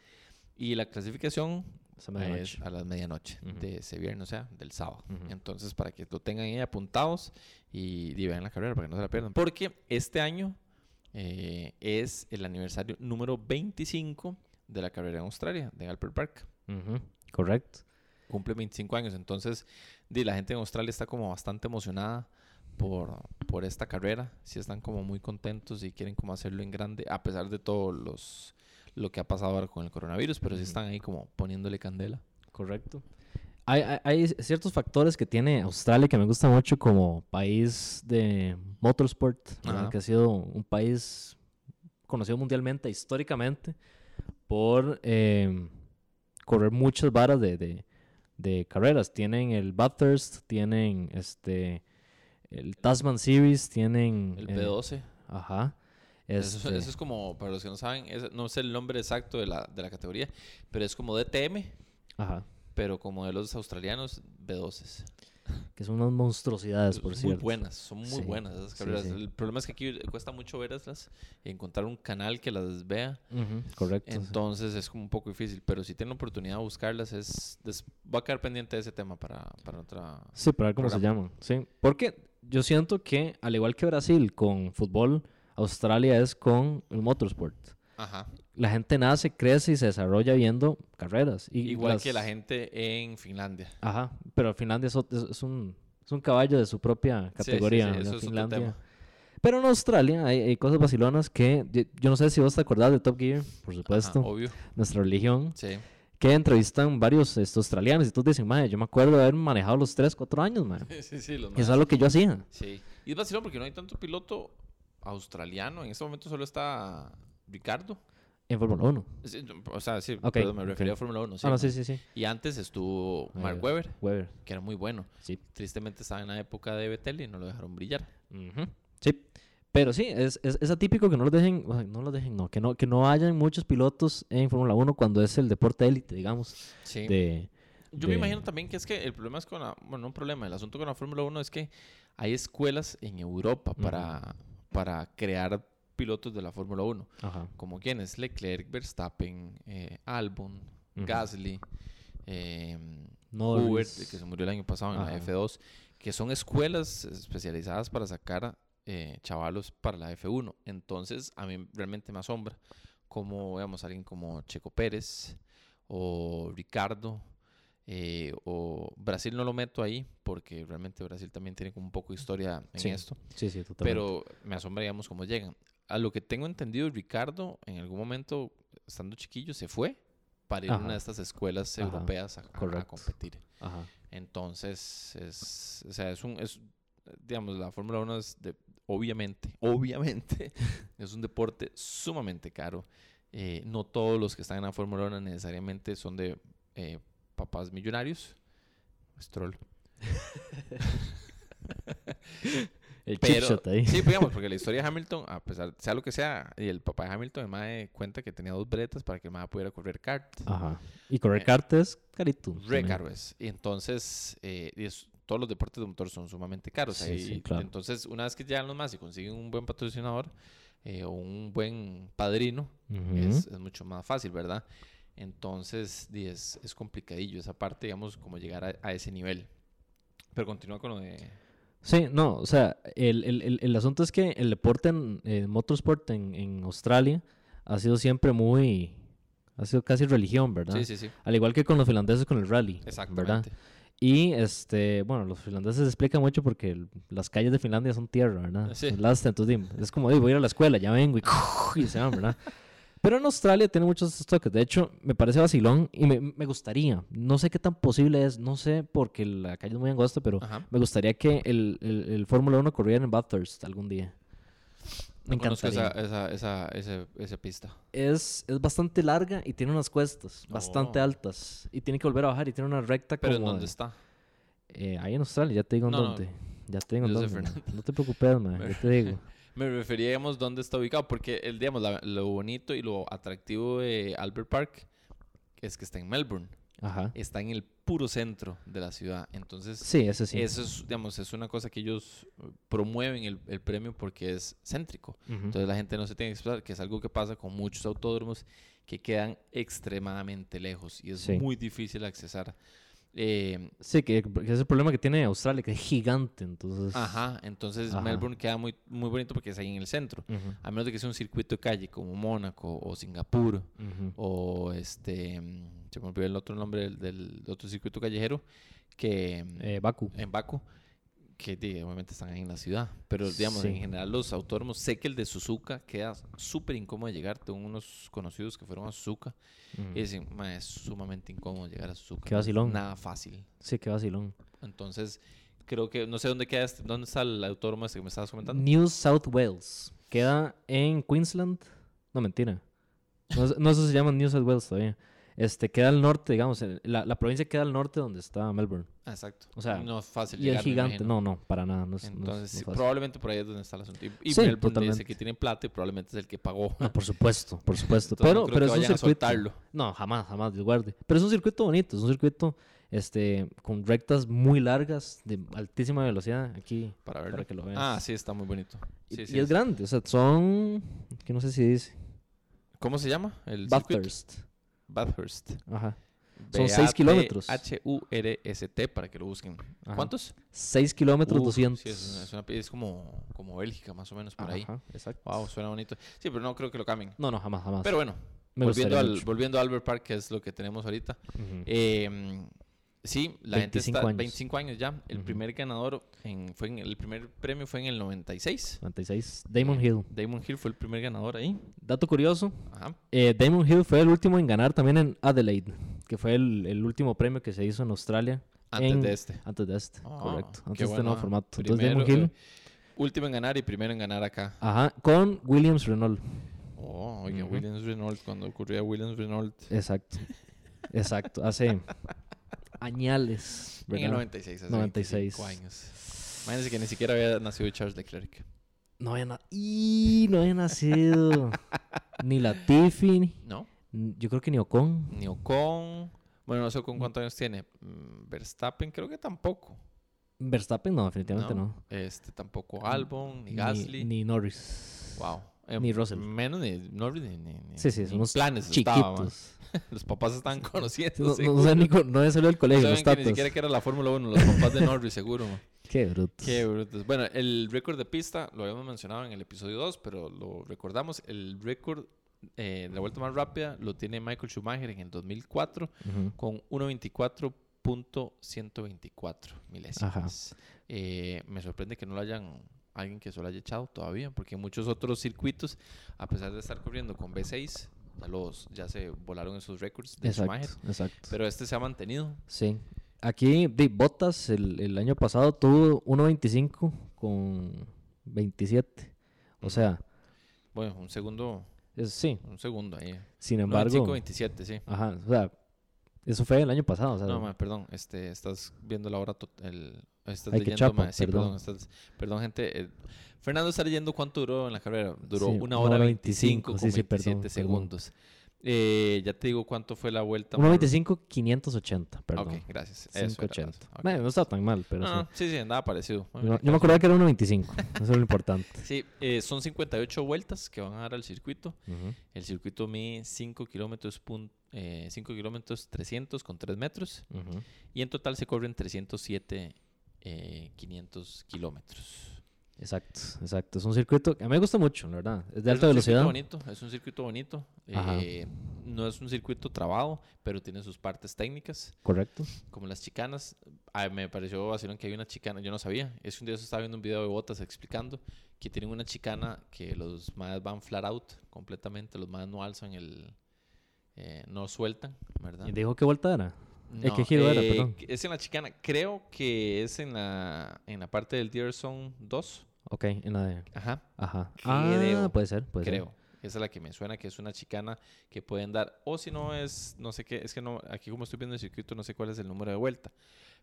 Y la clasificación Es a medianoche. es a las medianoche Ujú. de ese viernes, o sea, del sábado. Ujú. Entonces, para que lo tengan ahí apuntados y, y vean la carrera, para que no se la pierdan. Porque este año eh, es el aniversario número 25 de la carrera en Australia, de Albert Park. Ujú, Correcto. Cumple 25 años, entonces di, la gente en Australia está como bastante emocionada por, por esta carrera. Sí están como muy contentos y quieren como hacerlo en grande, a pesar de todo los, lo que ha pasado ahora con el coronavirus, pero sí Ujú. están ahí como poniéndole candela. Correcto. Hay, hay- hay ciertos factores que tiene Australia que me gusta mucho como país de motorsport, ¿verdad? Ajá. que ha sido un país conocido mundialmente, históricamente, por eh, correr muchas varas de, de- de carreras. Tienen el Bathurst, tienen este el Tasman Series, tienen... El eh, P12. ajá. Eso, este, eso es como, para los que no saben, es- no sé el nombre exacto de la, de la categoría, pero es como DTM, Ajá. pero como de los australianos, B12s. Que son unas monstruosidades, por Son muy cierto. buenas, son muy Sí, buenas esas sí, carreras. sí. El problema es que aquí cuesta mucho verlas y encontrar un canal que las vea. Ujú, correcto. sí. Entonces es como un poco difícil, pero si tienen la oportunidad de buscarlas, es, des- va a quedar pendiente de ese tema para, para otra... Sí, para ver cómo se llaman. Sí. Porque yo siento que, al igual que Brasil con fútbol, Australia es con el motorsport. Ajá. La gente nace, crece y se desarrolla viendo carreras. Y Igual las- que la gente en Finlandia. Ajá, pero Finlandia es, ot- es- es un, es un caballo de su propia Sí, sí, sí, categoría. ¿verdad? eso es otro Finlandia. tema. Pero en Australia hay, hay cosas vacilonas que yo, yo no sé si vos te acordás de Top Gear, por Ajá, supuesto, obvio. nuestra religión, Sí. que entrevistan varios este, australianos y todos dicen, madre, yo me acuerdo de haber manejado los 3, 4 años, madre. sí, sí, los Y eso es lo que yo hacía. Sí. Y es vacilón porque no hay tanto piloto australiano. En este momento solo está Ricardo. En Fórmula 1. Sí, no, O sea, sí, Ok, perdón, me ok. refería a Fórmula 1. Sí, ah, no, ¿no? sí, sí, sí. Y antes estuvo Ahí Mark es. Webber, Weber. que era muy bueno. Sí. Tristemente estaba en la época de Vettel y no lo dejaron brillar. Ujú. Sí. Pero sí, es, es, es atípico que no los dejen, o sea, no los dejen, no, que no, que no hayan muchos pilotos en Fórmula 1 cuando es el deporte élite, digamos, Sí. de... Yo de- me imagino también que es que el problema es con la... Bueno, no un problema. El asunto con la Fórmula 1 es que hay escuelas en Europa Ujú. para, para crear pilotos de la Fórmula 1. Ajá. como quienes Leclerc, Verstappen, eh, Albon, Ujú. Gasly, eh, Norris. Hubert, que se murió el año pasado en Ajá. la F2, que son escuelas especializadas para sacar eh, chavalos para la F1. Entonces, a mí realmente me asombra como, digamos, alguien como Checo Pérez o Ricardo. eh, o Brasil no lo meto ahí porque realmente Brasil también tiene como un poco de historia en Sí. esto. Sí, sí, totalmente. Pero me asombra, digamos, cómo llegan. A lo que tengo entendido, Ricardo, en algún momento, estando chiquillo, se fue para ir a Ajá. una de estas escuelas Ajá, europeas a, a- a correcto. competir. Ajá. Entonces, es, o sea, es un, es, digamos, la Fórmula 1 es, de, obviamente, obviamente, es un deporte sumamente caro. Eh, no todos los que están en la Fórmula 1 necesariamente son de eh, papás millonarios. Es troll. El chip Pero, shot ahí. sí, pues, digamos, porque la historia de Hamilton, a pesar, sea lo que sea, y el papá de Hamilton, el mae cuenta que tenía dos bretas para que el mae pudiera correr kart. Ajá. Y correr Eh, kart es carito. Re también. caro es. Y entonces, eh, y es- todos los deportes de motor son sumamente caros. Sí, ahí- sí, claro. Entonces, una vez que llegan los más y consiguen un buen patrocinador eh, o un buen padrino, Ujú. es, es mucho más fácil, ¿verdad? Entonces, di, es, es complicadillo esa parte, digamos, como llegar a, a ese nivel. Pero continúa con lo de... Sí, no, o sea, el, el- el- el asunto es que el deporte, en, el motorsport en, en Australia ha sido siempre muy, ha sido casi religión, ¿verdad? Sí, sí, sí. Al igual que con los finlandeses con el rally, ¿verdad? Exactamente. Y, este, bueno, los finlandeses explican mucho porque el- las calles de Finlandia son tierra, ¿verdad? Sí. Son lastre, entonces di- es como, "Ey, voy a ir a la escuela, ya vengo y, y se van, ¿verdad? Pero en Australia tiene muchos de estos toques. De hecho, me parece vacilón y me, me gustaría. No sé qué tan posible es, no sé, porque la calle es muy angosta, pero Ajá. me gustaría que el, el, el Fórmula 1 corriera en Bathurst algún día. Me No conozco encantaría. esa, esa, esa, ese- esa pista. Es, es bastante larga y tiene unas cuestas bastante Oh. altas. Y tiene que volver a bajar y tiene una recta Pero ¿en como... dónde de- está? eh, ahí en Australia, ya te digo en No, no. dónde. Ya te digo en Yo sé, dónde. man. No te preocupes, man. Yo te digo. Me referíamos dónde está ubicado, porque el, digamos, la- lo bonito y lo atractivo de Albert Park es que está en Melbourne. Ajá. está en el puro centro de la ciudad. Entonces, Sí, eso sí. eso es, digamos, es una cosa que ellos eh, promueven el, el premio porque es céntrico. Ujú. Entonces la gente no se tiene que expresar, que es algo que pasa con muchos autódromos que quedan extremadamente lejos y es Sí. muy difícil accesar. Eh, Sí, que, que es el problema que tiene Australia, que es gigante, entonces... ajá, entonces Pues, Ajá. Melbourne queda muy, muy bonito porque es ahí en el centro. Ujú, A menos de que sea un circuito de calle como Mónaco o Singapur ujú. o este, mm, se me olvidó el otro nombre del, del otro circuito callejero que mm, Eh, Baku. en Baku, que di, obviamente están ahí en la ciudad, pero digamos, Sí. en general los autódromos, sé que el de Suzuka queda súper incómodo de llegar, tengo unos conocidos que fueron a Suzuka Ujú. y dicen, "Ma, es sumamente incómodo llegar a Suzuka. Mm. Qué no es vacilón. Nada fácil. Sí, qué vacilón. Entonces, creo que, no sé dónde queda, este- dónde está el autódromo este que me estabas comentando. New South Wales. Queda en Queensland. No, mentira. No, sé- no eso se llama New South Wales todavía. Este, queda al norte, digamos. el- La, la provincia queda al norte donde está Melbourne. Ah, exacto. O sea, no es fácil Y es llegar. me gigante. imagino. No, no, para nada. pues, No es, no es- Entonces, no es sí, fácil. probablemente por ahí es donde está el asunto. Y, y Sí, Melbourne dice totalmente. que tiene plata y probablemente es el que pagó. No, Ah, por supuesto, por supuesto. Entonces, pero no creo pero que es un vayan a circuito. soltarlo. No, jamás, jamás, Dios guarde. Pero es un circuito bonito, es un circuito este, con rectas muy largas, de altísima velocidad aquí. Para verlo. que lo veas. Ah, sí, está muy bonito. Y- Sí, y sí, es grande, o sea, son. que no sé si dice. ¿Cómo se llama? El circuito? Bathurst. Bathurst. Ajá. Son seis kilómetros. H-U-R-S-T para que lo busquen. Ajá. ¿Cuántos? 6 kilómetros Uf, 200. sí, es, una- es una- es como, como Bélgica, más o menos, por ahí. Ajá, exacto. Wow, suena bonito. Sí, pero no creo que lo cambien. No, no, jamás, jamás. Pero bueno, Me volviendo, gustaría al- mucho. volviendo a Albert Park, que es lo que tenemos ahorita. Ujú. Eh, sí, la gente está 25 años. 25 años ya. El Ujú. primer ganador, en, fue en- el primer premio fue en el 96. 96. Damon Hill. Damon Hill fue el primer ganador ahí. Dato curioso. Ajá. eh, Damon Hill fue el último en ganar también en Adelaide, que fue el, el último premio que se hizo en Australia. Antes en- de este. Antes de este, Ah, correcto. qué Antes de este bueno, nuevo ah. formato. Entonces Primero, Damon Hill, eh, último en ganar y primero en ganar acá. ajá, con Williams Renault. Oh, oiga, Ujú. Williams Renault, cuando ocurría Williams Renault. Exacto. Exacto. Hace añales. En el ¿verdad? 96, hace 96. 25 años. Imagínense que ni siquiera había nacido Charles Leclerc. No había, na- ¡Y! no había nacido ni Latifi, ¿No? n- yo creo que ni Ocon. Ni Ocon. Bueno, no sé con cuántos años tiene. Mm, Verstappen creo que tampoco. Verstappen no, definitivamente no. Este, tampoco Albon, ni Gasly. Ni, Norris. Wow. Eh, ni Russell. Menos ni Norris ni, ni, ni- Sí, sí, ni son unos planes estaba, man. chiquitos. Los papás estaban No, conociéndose. no, no, ni con- no había salido del colegio, Saben los que ni tatas. siquiera que era la Fórmula 1, los papás de Norris, seguro. man. Qué brutos. Qué brutos. Bueno, el récord de pista lo habíamos mencionado en el episodio 2, pero lo recordamos. El récord eh, de la vuelta más rápida lo tiene Michael Schumacher en el 2004 Ujú. con 1.24.124 milésimas. Eh, me sorprende que no lo hayan alguien que se lo haya echado todavía, porque muchos otros circuitos, a pesar de estar corriendo con B6, ya, los, ya se volaron esos récords de Schumacher. Exacto, exacto. Pero este se ha mantenido. Sí. Aquí, di, Bottas el, el año pasado tuvo 1.25 con 27. O sea, Bueno, un segundo, es- sí, un segundo ahí. sin embargo. 95-27, sí. Ajá, o sea, eso fue el año pasado. O sea, No, ma, perdón, este, estás viendo la hora, tot- el, estás Ay, qué leyendo, chapa, ma, sí, perdón, perdón. estás- perdón, gente, eh, Fernando está leyendo cuánto duró en la carrera, duró Sí, una hora 25 con sí, sí, perdón, 27 perdón. segundos. Eh, ya te digo cuánto fue la vuelta. por- 1.25, 580, Ah, perdón. ok, gracias. Eso era, 580. ok. Ah, Bueno, no está tan mal, pero No, sí. no, sí, sí, andaba parecido. Muy Yo, bien, yo me acordaba que era 1.25. Eso es lo importante. Sí, eh, son 58 vueltas que van a dar al circuito. Ujú. El circuito mide 5 kilómetros, pun- eh, 5 kilómetros 300 con 3 metros. Ujú. Y en total se corren 307, eh, 500 kilómetros. Exacto, exacto. Es un circuito que a mí me gusta mucho, la verdad. Es de alta es un velocidad. Circuito bonito, es un circuito bonito. Ajá. eh, no es un circuito trabado, pero tiene sus partes técnicas, Correcto. como las chicanas. Ah, me pareció vacilón que hay una chicana, yo no sabía. Es que un día yo estaba viendo un video de Botas explicando que tienen una chicana que los más van flat out completamente, los más no alzan el... eh, no sueltan, ¿verdad? ¿Y dijo qué vuelta era? Eh, No, ¿qué giro era? eh, Perdón. Es en la chicana. Creo que es en la, en la parte del Dear Zone 2. Ok, en la de. Ajá, Ajá. Creo, Ah, puede ser, puede ser. creo. Esa es la que me suena que es una chicana que pueden dar. O si no es, no sé qué, es que no, aquí como estoy viendo el circuito, no sé cuál es el número de vuelta.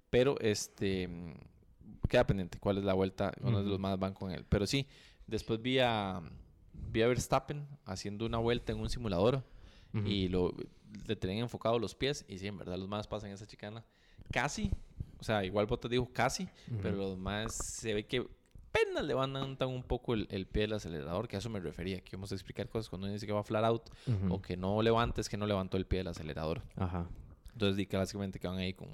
Pero este, mm, queda pendiente cuál es la vuelta, cuáles de los Ujú. más van con él. Pero sí, después vi a, vi a Verstappen haciendo una vuelta en un simulador Ujú. y lo, le tenían enfocados los pies y sí, en verdad los más pasan esa chicana casi, o sea, igual Botas dijo casi, pero los más se ve que apenas levantan un poco el, el pie del acelerador, que a eso me refería, que vamos a explicar cosas cuando uno dice que va flat out Ujú. o que no levantes, que no levantó el pie del acelerador. Ajá. Entonces, di que básicamente que van ahí con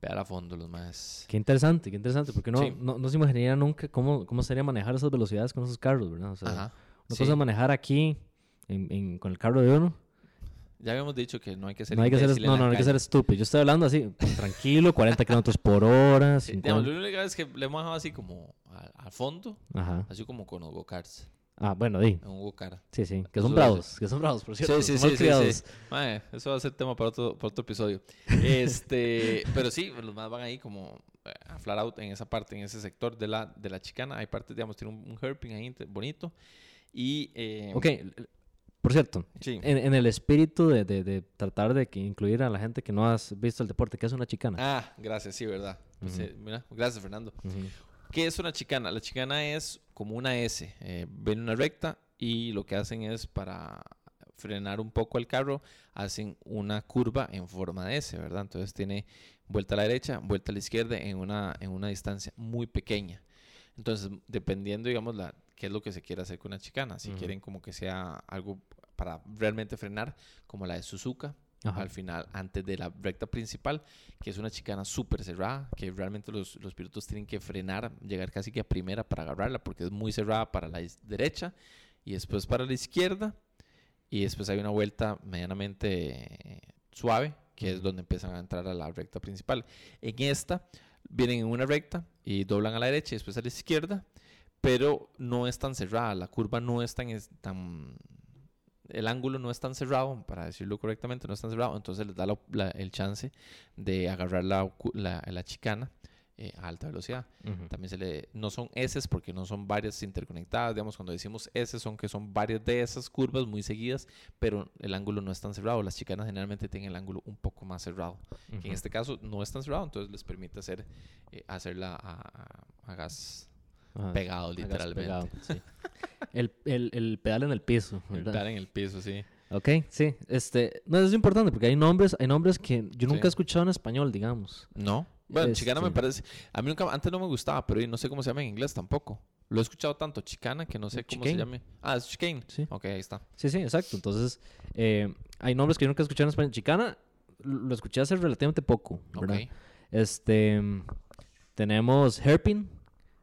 pedal a fondo los más. Qué interesante, qué interesante, porque no, Sí. no, no se imaginaría nunca cómo, cómo sería manejar esas velocidades con esos carros, ¿verdad? O sea, Ajá. una sí. cosa es manejar aquí en- en- con el carro de uno, Ya habíamos dicho que no hay que ser no hay que ser, imbécil en no, la no, no hay que calle. ser estúpido. Yo estoy hablando así, tranquilo, 40 kilómetros por hora, Sí, digamos, 50. la única vez que le hemos bajado así como al, al fondo, Ajá. así como con los go-karts, Ah, bueno, di. en un go-kart. Sí, sí, que Eso son es- bravos, que son bravos, por cierto. Pues, Sí, sí, son sí, sí, malcriados. sí. Mae, eso va a ser tema para otro, para otro episodio. Este, pero sí, los más van ahí como eh, a flat out en esa parte, en ese sector de la, de la chicana. Hay partes, digamos, tiene un, un herping ahí inte- bonito. Y, eh, Ok, Eh, l- l- por cierto, sí. en, en el espíritu de, de- de tratar de que incluir a la gente que no has visto el deporte, que es una chicana. Ah, gracias, sí, verdad. Pues, Ujú. eh, mira, gracias, Fernando. Ujú. ¿Qué es una chicana? La chicana es como una S. eh, ven una recta y lo que hacen es para frenar un poco el carro, hacen una curva en forma de S, ¿verdad? Entonces tiene vuelta a la derecha, vuelta a la izquierda en una, en una distancia muy pequeña. Entonces, dependiendo, digamos, la, qué es lo que se quiere hacer con una chicana. Si Ujú. quieren como que sea algo para realmente frenar, como la de Suzuka, Ajá. al final, antes de la recta principal, que es una chicana súper cerrada, que realmente los, los pilotos tienen que frenar, llegar casi que a primera para agarrarla, porque es muy cerrada para la is- derecha y después para la izquierda, y después hay una vuelta medianamente eh, suave, que es Ujú. donde empiezan a entrar a la recta principal. En esta, vienen en una recta y doblan a la derecha y después a la izquierda, pero no es tan cerrada, la curva no es tan, es- tan el ángulo no es tan cerrado, para decirlo correctamente, no es tan cerrado, entonces les da la- la- el chance de agarrar la, cu- la- la chicana eh, a alta velocidad. Ujú. También se le, no son S porque no son varias interconectadas, digamos, cuando decimos S son que son varias de esas curvas muy seguidas, pero el ángulo no es tan cerrado, las chicanas generalmente tienen el ángulo un poco más cerrado que en Ujú. este caso no es tan cerrado, entonces les permite hacer, eh, hacerla a, a- a gas Ajá. pegado, Hagas literalmente. pegado, sí. el, el- el pedal en el piso, El ¿verdad? pedal en el piso, sí. Ok, sí. Este, no, eso es importante porque hay nombres, hay nombres que yo nunca Sí. he escuchado en español, digamos. ¿No? Bueno, chicana me Este- parece... A mí nunca, antes no me gustaba, pero hoy no sé cómo se llama en inglés tampoco. Lo he escuchado tanto, chicana, que no sé cómo se Chicane. llame. Ah, es chicane. Sí. Ok, ahí está. Sí, sí, exacto. Entonces, eh, hay nombres que yo nunca he escuchado en español. Chicana, lo lo escuché hace relativamente poco, ¿verdad? Ok. Este, mm, tenemos hairpin.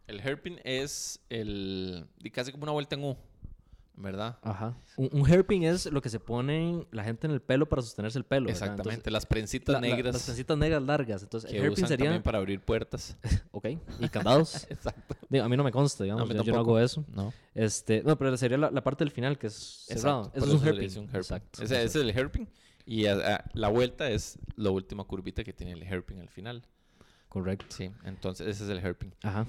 El hairpin es el... di- casi como una vuelta en U, ¿verdad? Ajá. Un, un hairpin es lo que se pone la gente en el pelo para sostenerse el pelo, ¿verdad? Exactamente. Entonces, las prensitas la- la- negras las trencitas negras largas. Entonces, el que hairpin usan sería... también para abrir puertas. Ok. Y candados. Exacto. Digo, a mí no me No, consta, digamos. a mí yo- yo no tampoco. hago eso. No. Este, no, pero sería la, la parte del final que es cerrado. Exacto, Eso por es un se le hairpin. dice un hairpin. Exacto. Ese, ese es el hairpin. Y a- a- la vuelta es la última curvita que tiene el hairpin al final. Correcto. Sí, entonces ese es el hairpin. Ajá.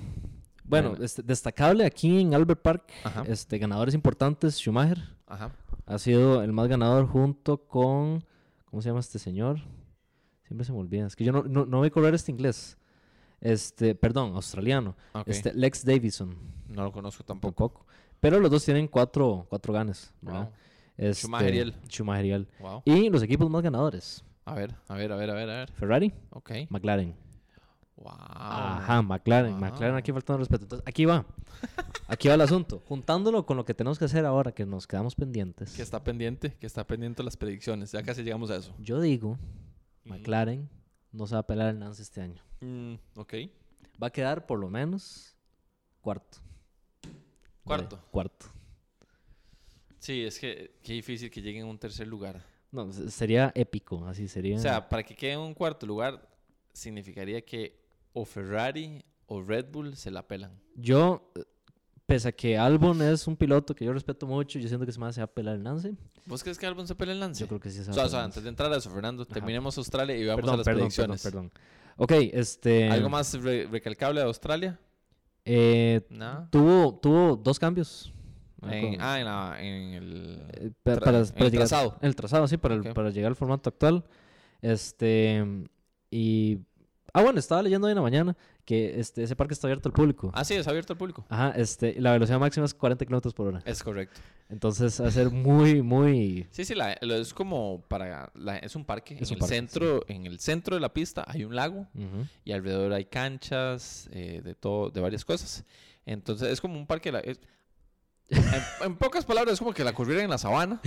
Bueno, Bueno. este, destacable aquí en Albert Park, Ajá. este, ganadores importantes, Schumacher Ajá. ha sido el más ganador junto con, ¿cómo se llama este señor? Siempre se me olvida, es que yo no, no, no voy a correr este inglés, este, perdón, australiano, Ok. este, Lex Davison, no lo conozco tampoco. tampoco, pero los dos tienen cuatro, cuatro ganes, ¿verdad? Wow. Este, Schumacher y él. Schumacher y él. Wow. Y los equipos más ganadores, A ver, a ver, a ver, a ver, a ver. Ferrari, Ok. McLaren. Wow. Ah. Ajá, McLaren, McLaren aquí faltando respeto. Entonces, aquí va. Aquí va el asunto. Juntándolo con lo que tenemos que hacer ahora, que nos quedamos pendientes. Que está pendiente, que está pendiente las predicciones. Ya casi llegamos a eso. Yo digo, Ujú. McLaren no se va a pelear el Lance este año. Mm, ok. Va a quedar por lo menos cuarto. Cuarto. Vale, cuarto. Sí, es que qué difícil que lleguen a un tercer lugar. No, se- sería épico, así sería. O sea, para que quede en un cuarto lugar, significaría que o Ferrari o Red Bull se la pelan. yo, eh, pese a que Albon es un piloto que yo respeto mucho, yo siento que se me hace va a pelar el Lance. ¿Vos crees que Albon se pelea el lance? Yo creo que sí se O va sea, a o sea, pelar el antes Lance. de entrar a eso, Fernando, Ajá. terminemos Australia y vamos a Perdón, las perdón, perdón, predicciones. perdón. Ok, este. ¿Algo más re- recalcable de Australia? eh, Nada. Tuvo, tuvo dos cambios. En- Con- ah, en, la- en el... eh, pa- tra- para, en para el llegar- trazado. El trazado, sí, para, el- Ok. para llegar al formato actual. Este. Y Ah, bueno, estaba leyendo hoy en la mañana que este, ese parque está abierto al público. Ah, sí, es abierto al público. Ajá, este, la velocidad máxima es 40 kilómetros por hora. Es correcto. Entonces, va a ser muy, muy. Sí, sí, la- lo- es como para... la- es un parque. Es en, un el parque, centro, en el centro de la pista hay un lago Ujú. y alrededor hay canchas, eh, de todo, de varias cosas. Entonces es como un parque... de la- es- en, en pocas palabras, es como que la corrieran en la sabana,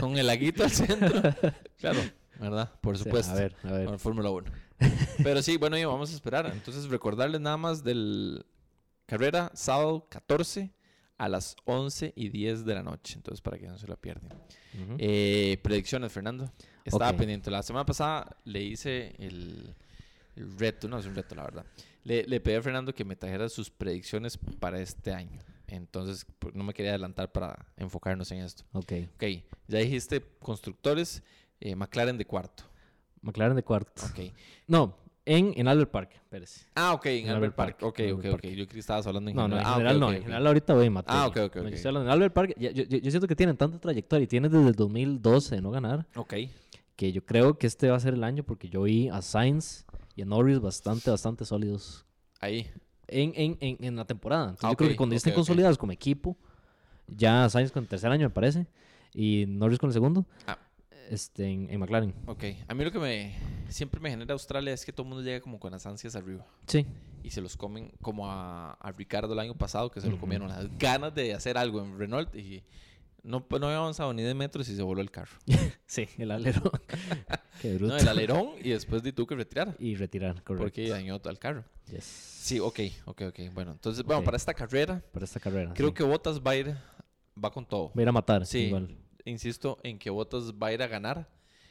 con el laguito al centro. Claro, ¿verdad? Por Sí, supuesto. A ver, a ver. Bueno, Fórmula 1. Pero sí, bueno, ya vamos a esperar. Entonces, recordarles nada más del carrera sábado 14 a las 11 y 10 de la noche. Entonces, para que no se la pierdan. Ujú. Eh, predicciones, Fernando. Estaba Ok. pendiente. La semana pasada le hice el, el reto, no es un reto, la verdad. Le, le pedí a Fernando que me trajera sus predicciones para este año. Entonces, pues, no me quería adelantar para enfocarnos en esto. Ok. Ok, ya dijiste constructores, eh, McLaren de cuarto. McLaren de cuarto. Ok. No, en, en Albert Park, espérese. Ah, ok, en En Albert Albert Park. Park, Ok, en ok, Albert ok. Yo creí que estabas hablando en No, no, en general. Ah, ok, general ok, no. En ok. general ahorita voy a matar. Ah, ok, ok, No, yo ok. estoy hablando en Albert Park. ya- yo, yo- yo siento que tienen tanta trayectoria y tienen desde el 2012 de no ganar, Ok. que yo creo que este va a ser el año porque yo vi a Sainz y a Norris bastante, bastante sólidos Ahí. en, en, en, en la temporada. Entonces, Ah, yo creo ok, que cuando ya estén ok, ok. consolidados como equipo, ya Sainz con el tercer año, me parece, y Norris con el segundo, Ah. este, en, en McLaren. Ok. A mí lo que me siempre me genera Australia es que todo el mundo llega como con las ansias arriba. Sí, Y se los comen como a, a Ricardo el año pasado, que se lo Ujú. comieron las ganas de hacer algo en Renault y no, pues, no había avanzado ni de metros y se voló el carro. sí, el alero. Qué bruto. No, el alerón y después de tú que retirar. Y retirar, correcto. Porque dañó al carro. Yes. Sí, ok, ok, ok. Bueno, entonces, bueno, Ok. para esta carrera, Para esta carrera. creo sí. que Bottas va a ir, va con todo. Va a ir a matar. Sí, igual. insisto en que Bottas va a ir a ganar.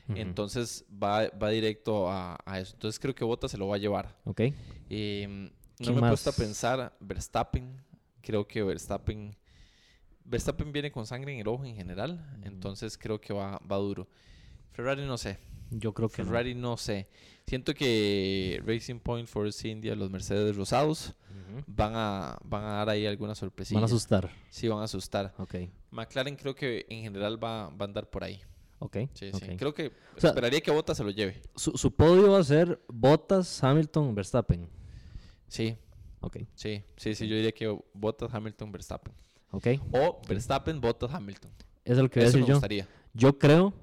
Ujú. Entonces va, va directo a, a eso. Entonces creo que Bottas se lo va a llevar. Ok. Eh, no ¿Quién me he puesto a más? pensar Verstappen. Creo que Verstappen. Verstappen viene con sangre en el ojo en general. Entonces creo que va, va duro. Ferrari no sé. Yo creo que. no. Ferrari no sé. Siento que Racing Point, Force India, los Mercedes Rosados Ujú. van a, van a dar ahí alguna sorpresilla. Van a asustar. sí, van a asustar. Ok. McLaren creo que en general va, va a andar por ahí. Ok. Sí, ok. sí. Creo que O sea- esperaría que Bottas se lo lleve. Su, su podio va a ser Bottas, Hamilton, Verstappen. Sí, Ok. sí, sí, sí. Yo diría que Bottas, Hamilton, Verstappen. Ok. Eso O Verstappen, Bottas, Hamilton. es lo que voy a Eso decir me yo. gustaría. Yo creo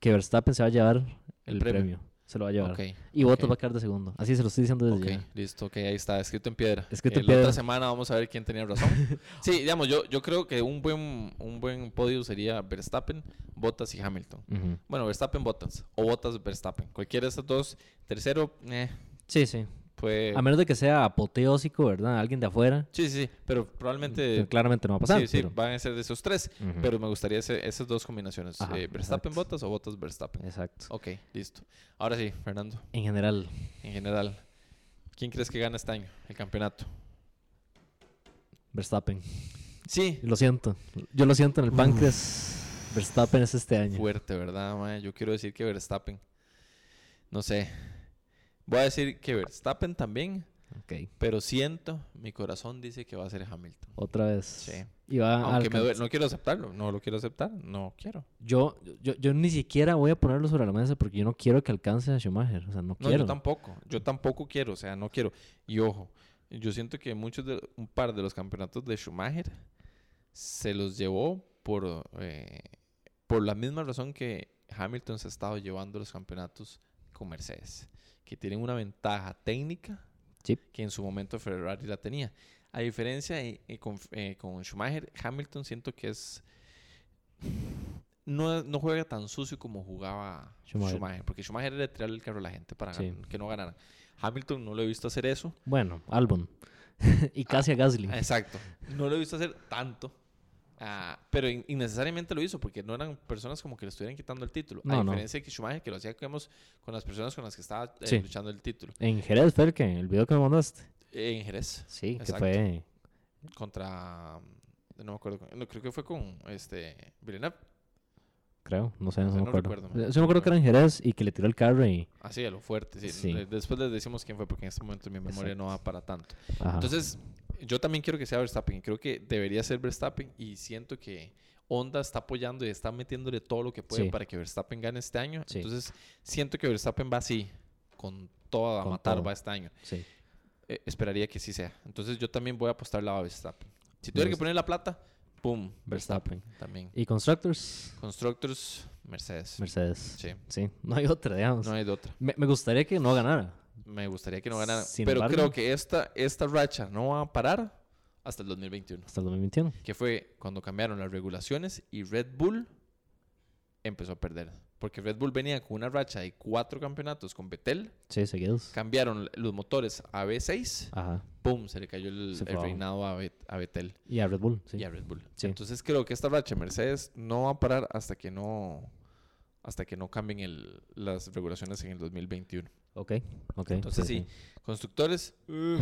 que Verstappen se va a llevar el, El premio. premio. Se lo va a llevar. Ok, Y Bottas ok. va a quedar de segundo. Así se lo estoy diciendo desde ok, ya. listo. Ok, ahí está. Escrito en piedra. Escrito Eh, en La piedra. otra semana vamos a ver quién tenía razón. sí, digamos, yo, yo creo que un buen, un buen podio sería Verstappen, Bottas y Hamilton. Ujú. Bueno, Verstappen, Bottas. O Bottas, Verstappen. Cualquiera de estos dos. Tercero, eh, Sí, sí. pues... A menos de que sea apoteósico, ¿verdad? Alguien de afuera. Sí, sí, sí. Pero probablemente... que claramente no va a pasar. sí, sí, pero- van a ser de esos tres. Ujú. Pero me gustaría ese- esas dos combinaciones. Ajá, eh, Verstappen exacto. Bottas o Bottas Verstappen. Exacto. Ok, listo. Ahora sí, Fernando, En general. en general, ¿quién crees que gana este año el campeonato? Verstappen. Sí. Lo siento. Yo lo siento en el páncreas. Verstappen es este año. Fuerte, ¿verdad, mae? Yo quiero decir que Verstappen. No sé. Voy a decir que Verstappen también, Ok. pero siento, mi corazón dice que va a ser Hamilton. Otra vez. Sí. Y va a Aunque me alcanzar- duele- no quiero aceptarlo, no lo quiero aceptar, no quiero. yo, yo, yo ni siquiera voy a ponerlo sobre la mesa porque yo no quiero que alcance a Schumacher. O sea, no No, quiero. yo tampoco. Yo tampoco quiero, o sea, no quiero. Y ojo, yo siento que muchos de un par de los campeonatos de Schumacher se los llevó por eh, por la misma razón que Hamilton se ha estado llevando los campeonatos con Mercedes, que tienen una ventaja técnica Sí. que en su momento Ferrari la tenía. A diferencia eh, eh, con, eh, con Schumacher, Hamilton siento que es no, no juega tan sucio como jugaba Schumacher. Schumacher. Porque Schumacher era tirarle el carro a la gente para Sí. gan- que no ganara. Hamilton no lo he visto hacer eso. Bueno, Albon. y Ah, casi a Gasly. Exacto. No lo he visto hacer tanto. Ah, pero in- innecesariamente lo hizo porque no eran personas como que le estuvieran quitando el título. No, a no. diferencia de que Schumacher, que lo hacía digamos, con las personas con las que estaba eh, Sí. luchando el título. En Jerez fue el que, el video que me mandaste. En Jerez, Sí, que Exacto. fue. contra. No me acuerdo. con- no, creo que fue con este, Villeneuve. Creo, no sé, no, O sea, me no acuerdo. recuerdo, man. Yo me acuerdo que era en Jerez y que le tiró el carro y. Así, a lo fuerte. sí. Sí. Le- Después les decimos quién fue porque en este momento mi memoria no va para tanto. Ajá. Entonces, yo también quiero que sea Verstappen. Creo que debería ser Verstappen y siento que Honda está apoyando y está metiéndole todo lo que puede Sí. para que Verstappen gane este año. Sí. Entonces, siento que Verstappen va así, con toda a Con matar todo. va este año. Sí. Eh, esperaría que sí sea. Entonces yo también voy a apostar la Verstappen. Si Me tuviera que gusta. poner la plata, pum, Verstappen, Verstappen. también. Y Constructors, Constructors, Mercedes. Mercedes. Sí. Sí, no hay otra, digamos. no hay de otra. Me, me gustaría que no ganara. Me gustaría que no ganara. Sin pero embargo- creo que esta, esta racha no va a parar hasta el 2021. Hasta el 2021. Que fue cuando cambiaron las regulaciones y Red Bull empezó a perder. Porque Red Bull venía con una racha de cuatro campeonatos con Betel. Sí, seguidos. Cambiaron los motores a B6. Ajá. ¡Pum! Se le cayó el, Se fue el abajo. reinado a, Bet- a Betel Y a Red Bull. Sí. y a Red Bull. Sí. Entonces creo que esta racha de Mercedes no va a parar hasta que no hasta que no cambien el- las regulaciones en el 2021. Ok, ok. Entonces sí, constructores, uh,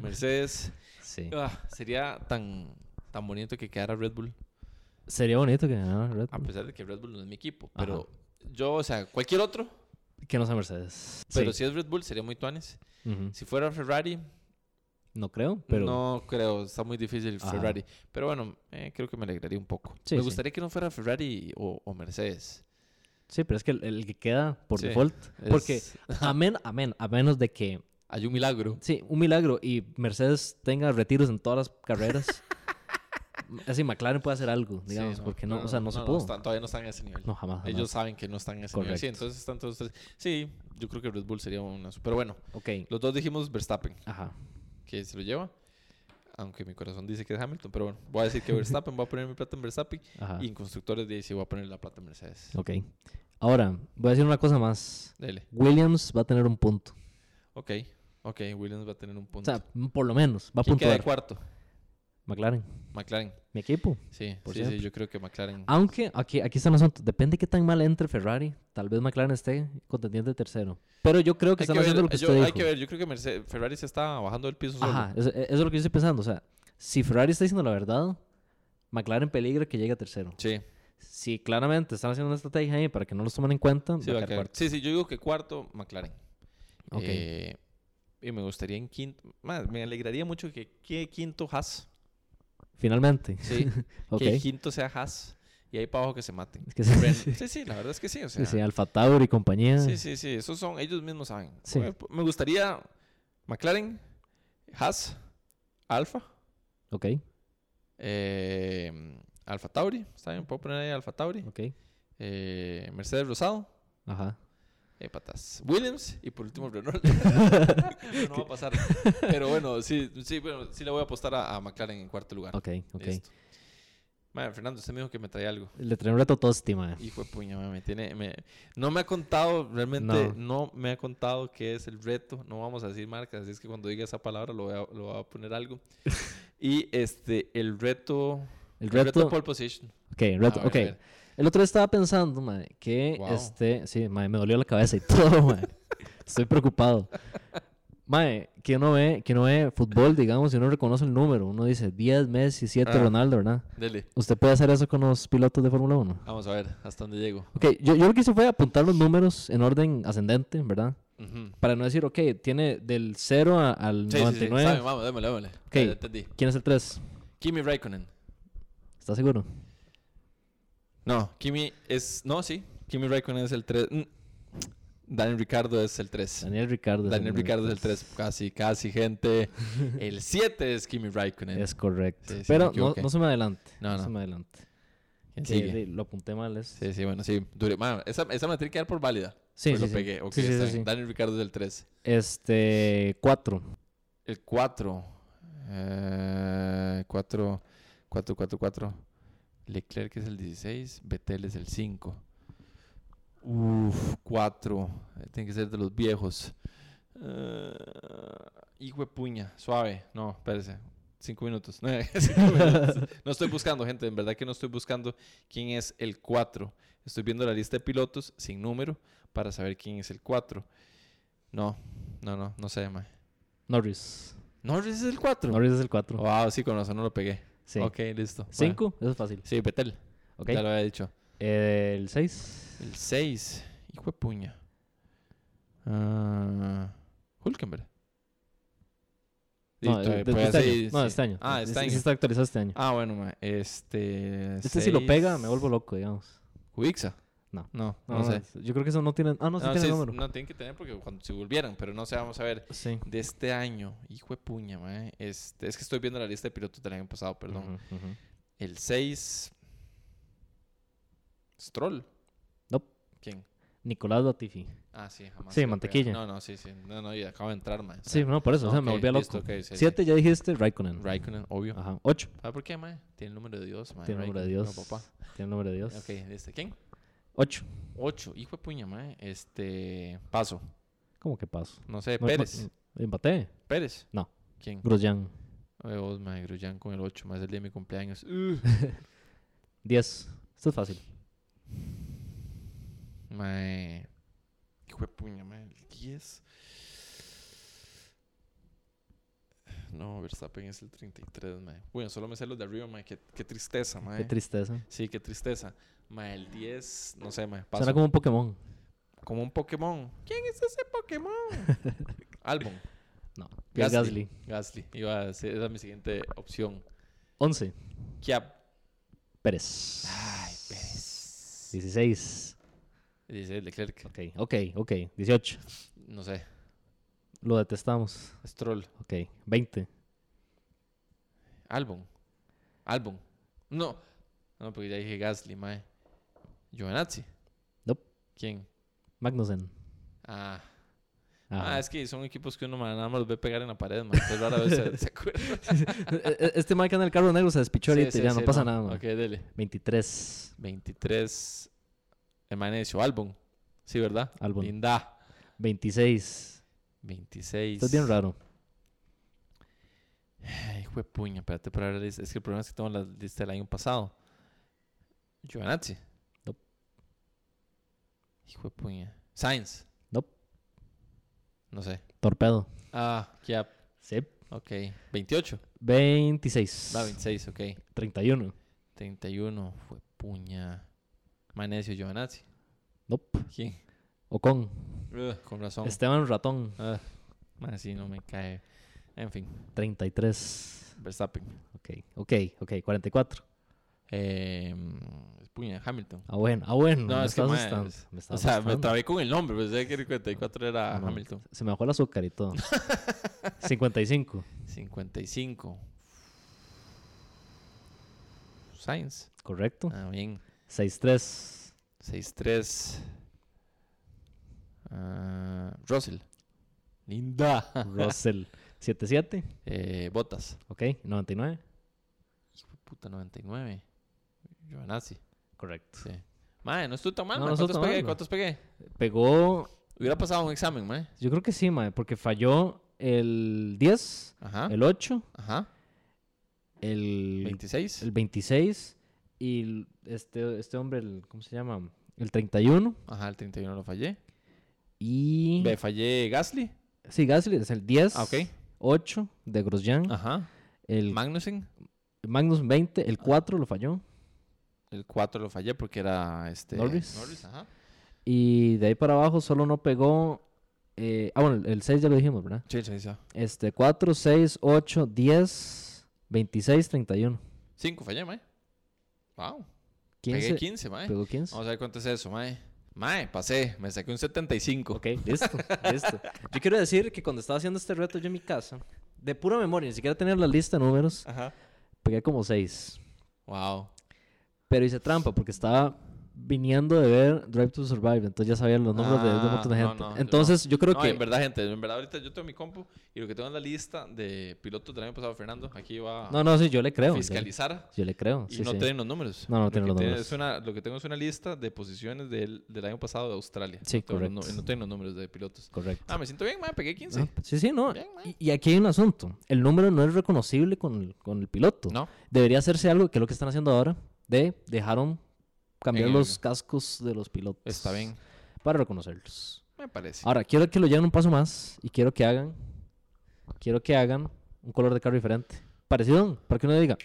Mercedes, Sí. ah, sería tan tan bonito que quedara Red Bull, Sería bonito que ganara Red a Bull. pesar de que Red Bull no es mi equipo, Ajá. pero yo, o sea, cualquier otro, Que no sea Mercedes. pero sí. si es Red Bull sería muy tuanes. Ujú. Si fuera Ferrari, No creo, pero. no creo, está muy difícil Ajá. Ferrari, pero bueno, eh, creo que me alegraría un poco. Sí, me sí. gustaría que no fuera Ferrari o, o Mercedes. Sí, pero es que el, el que queda por Sí. default. Porque, Es- amén, amén, a menos de que. hay un milagro. Sí, un milagro y Mercedes tenga retiros en todas las carreras. Así McLaren puede hacer algo, Sí, digamos, porque no, o sea, no, se no, pudo. No, están- todavía no están a ese nivel. jamás. jamás. Ellos saben que no están en ese nivel. Sí, Correcto. entonces están todos tres. Sí, yo creo que Red Bull sería una. Pero bueno, Ok, los dos dijimos Verstappen, ajá. que se lo lleva. Aunque mi corazón dice que es Hamilton. Pero bueno, voy a decir que Verstappen, voy a poner mi plata en Verstappen. Ajá. Y en constructores dice, voy a poner la plata en Mercedes. Ok. Ahora, voy a decir una cosa más. Dele. Williams va a tener un punto. Ok, ok, Williams va a tener un O punto. sea, por lo menos, va a ¿Quién queda de puntuar. cuarto? McLaren, McLaren. mi equipo. Sí, Por sí, Ah, sí, siempre. yo creo que McLaren. Aunque aquí, aquí está el asunto. Depende de qué tan mal entre Ferrari. Tal vez McLaren esté contendiente de tercero. Pero yo creo que hay, que están haciendo lo ver, que yo, usted hay dijo. que ver, yo creo que Mercedes, Ferrari se está bajando del piso solo. Ajá, eso, eso es lo que yo estoy pensando. O sea, si Ferrari está diciendo la verdad, McLaren peligra que llegue a tercero. Sí. Si claramente están haciendo una estrategia ahí para que no los tomen en cuenta, Sí, va a va a quedar quedar- sí, sí, yo digo que cuarto, McLaren. Ok. Eh, y me gustaría en quinto. más, me alegraría mucho que, que quinto Haas. cuarto. Finalmente. Sí, Ok. que quinto sea Haas. Y ahí para abajo que se maten. Es que Ren- sí, Sí, sí, la verdad es que sí. O sea, sí, sí, Alfa Tauri y compañía. sí, sí, sí, Esos son, ellos mismos saben. Ah. Sí. Eh, Me gustaría McLaren, Haas, Alfa, Ok, eh, Alfa Tauri. Está bien, puedo poner ahí Alfa Tauri. ok. eh, Mercedes Rosado. Ajá. Eh, patas. Williams y por último Renault. Pero no va a pasar. Pero bueno, sí, sí, bueno, sí le voy a apostar a, a McLaren en cuarto lugar. Ok, ok. Listo. Madre, Fernando, usted me dijo que me traía algo. Le traen un reto todo este, mae. Hijo de puña, madre, me tiene. me- no me ha contado, realmente no. me ha contado qué es el reto. No vamos a decir marcas, así es que cuando diga esa palabra lo voy a, lo voy a poner algo. Y este, el reto. El reto. pole position. Ok, el reto. A ver, Ok. a ver. El otro día estaba pensando, mae, que Wow. este. Sí, mae, me dolió la cabeza y todo, mae. Estoy preocupado. Mae, que uno ve, que uno ve fútbol, digamos, y uno reconoce el número. Uno dice 10, Messi, 7, Ah. Ronaldo, ¿verdad? Dele, ¿Usted puede hacer eso con los pilotos de Fórmula 1? vamos a ver hasta dónde llego. Ok, yo, yo lo que hice fue apuntar los números en orden ascendente, ¿verdad? Ujú. Para no decir, ok, tiene del 0 a- al Sí, sí, sí, 99. sabe, vamos, démosle, démosle. Ok. Ya entendí. ¿Quién es el 3? Kimi Raikkonen. ¿Estás seguro? No, Kimi es. No, sí. Kimi Raikkonen es el 3. Daniel Ricardo es el 3. Daniel Ricardo. es el Daniel número Ricardo es el 3. Casi, casi, gente. El 7 es Kimi Raikkonen. Es correcto. Sí, sí, me Pero no, equivoqué. no se me adelante. No, No, no. se me adelante. ¿Quién Que sigue? de- lo apunté mal. Es... Sí, sí, bueno, sí. Dure- Mano, esa, esa me tiene que dar por válida. Sí, Pues sí, lo sí. pegué. Ok, Sí, sí, está sí, bien. sí. Daniel Ricardo es el 3. Este, 4. El 4. Eh, 4, 4, 4, 4. Leclerc es el 16. Betel es el 5. Uf, 4. Tiene que ser de los viejos. Eh, hijo de puña. Suave. No, espérese. 5 minutos. No, cinco minutos. No estoy buscando, gente. En verdad que no estoy buscando quién es el 4. Estoy viendo la lista de pilotos sin número para saber quién es el 4. No, no, no, no sé, mae. Norris. Norris es el 4. Norris es el 4. Wow, sí, con razón no lo pegué. sí. Oh, Ok, listo. Bueno. 5, eso es fácil. Sí, Betel. Ok. Ya lo había dicho. El 6. El 6. Hijo de puña. Ah, Hulkenberg. Sí, No, tú- de- de- pues este sí, año. No, sí. este año. Ah, este Este- este año. está actualizado este año. Ah, bueno, ma, este. Este si lo pega, seis. me vuelvo loco, digamos. Kubica. No. No, No, sé. Yo creo que eso no tiene. Ah, no, sí No, tiene sí, número. no, tienen que tener porque cuando si volvieran, pero no sé, vamos a ver. Sí. De este año, hijo de puña, mae. Este, es que estoy viendo la lista de pilotos del año pasado, perdón. Ujú, ujú. El 6. Stroll. No. ¿Quién? Nicolás Latifi. Ah, sí, jamás. Sí, iba a mantequilla. pegar. No, no, sí, sí. No, no, y acabo de entrar, mae. O sea, Sí, no, por eso. o sea, me ok, volví listo, loco. ok, sí, sí. Siete ya dijiste, Raikkonen. Raikkonen, obvio. Ajá. Ocho. ¿Sabes por qué, mae? Tiene el número de Dios, mae. Tiene el nombre de Raikkonen. Dios. No, papá. Tiene el nombre de Dios. Ok, ¿este quién? Ocho. 8. Hijo de puña, mae. Este. Paso. ¿Cómo que paso? No sé, No, Eh, Pérez. no, Empate. ¿Pérez? No. ¿Quién? Grosjean. Ay, vos, mae, Grullán con el 8, más el día de mi cumpleaños. Uh, Diez. Esto es fácil. mae. Hijo de puña, mae. El 10. No, Verstappen es el 33, mae. Bueno, solo me sé los de arriba, mae. Qué, qué tristeza, mae. Qué tristeza. sí, qué tristeza. Mae, el 10, no sé, mae. Será Paso. Como... como un Pokémon. un Pokémon. ¿Quién es ese Pokémon? Albon. No. Pierre Gasly. Gasly. Gasly. Iba a ser, era mi siguiente opción. Once. Kiap. Pérez. Ay, Pérez. Dieciséis. Dice Leclerc. Ok, ok, ok. Dieciocho. No sé. Lo detestamos. Stroll. Ok. Veinte. Albon. Albon. No. No, porque ya dije Gasly, mae. Giovanazzi. Nope. ¿Quién? Magnussen. Ah. Ajá. Ah, es que son equipos que uno mae, nada más los ve pegar en la pared, mae. Entonces rara vez se, se acuerda. E- e- Este Mike en el carro negro se despichó Sí, ahorita sí, y ya sí, no pasa nada. man. Ok, dele. 23. 23. Emanecio. Albon. Sí, ¿verdad? Albon. Linda. 26. 26. Esto es bien raro. Ay, hijo de puña. Espérate para ver la lista. Es que el problema es que tengo la lista del año pasado. Giovanazzi. Nope. Hijo de puña. Sainz. Nope. No sé. Torpedo. Ah, Kiap. Sí. Ok. 28. 26. Va, 26, ok. 31. 31. Fue puña. Manesio Giovanazzi. Nope. ¿Quién? Ocon. Ugh, con razón. Esteban Ratón. Ah, más sí, no me cae. En fin, 33. Verstappen. Ok, ok, ok. 44. Eh, mm, puña, Hamilton. Ah, bueno, ah, bueno. No, me es que, estás mae, asustando, es- me estás O sea, me asustando. trabé con el nombre. Pensé que el 44 era No, no, Hamilton. Se me bajó el azúcar y todo. 55. 55. Sainz. Correcto. Pues, Ah, bien. 63. 6-3. Ah, Russell. Linda. Russell. 77. Eh, Botas. Ok. 99. Hijo de puta, 99. Giovanazzi. Correcto. Sí. Mae, no estuvo tan mal. No, mae. no estuvo ¿Cuántos tan mal, pegué? mae. ¿Cuántos pegué? Pegó Hubiera pasado un examen, mae. Yo creo que sí, mae, porque falló el 10, Ajá. el 8, Ajá. el, 26. el 26 y el- este, este hombre, el, ¿cómo se llama? El 31 Ajá, el 31 lo fallé. y... Ve, fallé Gasly. Sí, Gasly es el 10, Ah, ok. Ah, 8 de Grosjean, Ajá. el Magnussen. Magnus 20, el 4 lo falló El 4 lo fallé porque era este. Norris. ajá. y de ahí para abajo solo no pegó... eh, ah, bueno, el 6 ya lo dijimos, ¿verdad? Sí, sí, sí. Este, 4, 6, 8, 10, 26, 31. 5 fallé, mae. Wow. 15, Pegué 15, mae. pegó 15. Vamos a ver cuánto es eso, mae. Mae, pasé. Me saqué un 75. Ok, listo, listo. Yo quiero decir que cuando estaba haciendo este reto yo en mi casa, de pura memoria, ni siquiera tener la lista de números, Ajá. pegué como seis. Wow. Pero hice trampa porque estaba viniendo de ver Drive to Survive, entonces ya sabía los números de, de un montón de Ah, no, gente. no, yo entonces yo creo no, que... en verdad, gente, en verdad ahorita yo tengo mi compu y lo que tengo en la lista de pilotos del año pasado, Fernando, aquí va No, no, sí, yo le creo. a yo- fiscalizar Yo, le creo. y sí, no sí. tienen los números. No, no Lo tienen que los tiene números. es una- lo que tengo es una lista de posiciones del, del año pasado de Australia. Sí, No tengo los nu- correcto. No tienen los números de pilotos. Correcto. Ah, me siento bien, man, pegué 15. Ah, Sí, sí, no. Bien, mae. Y, y aquí hay un asunto. El número no es reconocible con el, con el piloto. No, Debería hacerse algo, que es lo que están haciendo ahora, de dejaron cambiar En el- los cascos de los pilotos. está bien, Para reconocerlos. me parece. Ahora, quiero que lo lleven un paso más y quiero que hagan, quiero que hagan un color de carro diferente. Parecido, para que uno diga,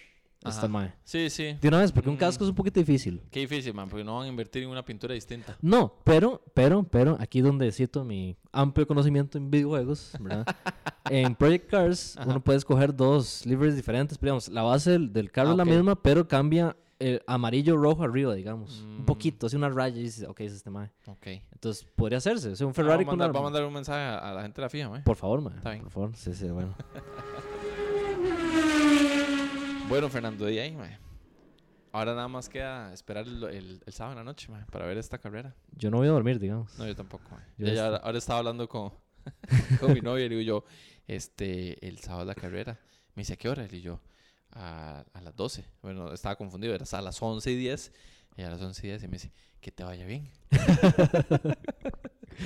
Ajá. está mae. Sí, sí. De una vez, porque un Mm. casco es un poquito difícil. Qué difícil, man, porque no van a invertir en una pintura distinta. No, pero, pero, pero, aquí donde cito mi amplio conocimiento en videojuegos, ¿verdad? en Project Cars, uno puede escoger dos liveries diferentes, pero digamos, la base del, del carro Ah, es ok. la misma, pero cambia eh, amarillo rojo arriba, digamos. Un Mm. poquito, hace una raya y dices, ok, es este mae. Ok. Entonces podría hacerse. O sea, un Ah, Ferrari va, a mandar, con va a una- mandar un mensaje a, a la gente de la FIA, mae. Por favor, mae. Está bien. Por favor. Sí, sí, bueno. Bueno, Fernando, de ahí, mae. Ahora nada más queda esperar el, el- el sábado en la noche, mae, para ver esta carrera. Yo no voy a dormir, digamos. No, yo tampoco, mae. Pues, Ya- Yo ya este- ahora- ahora estaba hablando con, con mi novia y le digo yo, este, el sábado es la carrera. Me dice, ¿a qué hora? Y yo, a, a las 12. Bueno, estaba confundido, era a las 11 y 10. Y a las 11 y 10 y me dice, que te vaya bien.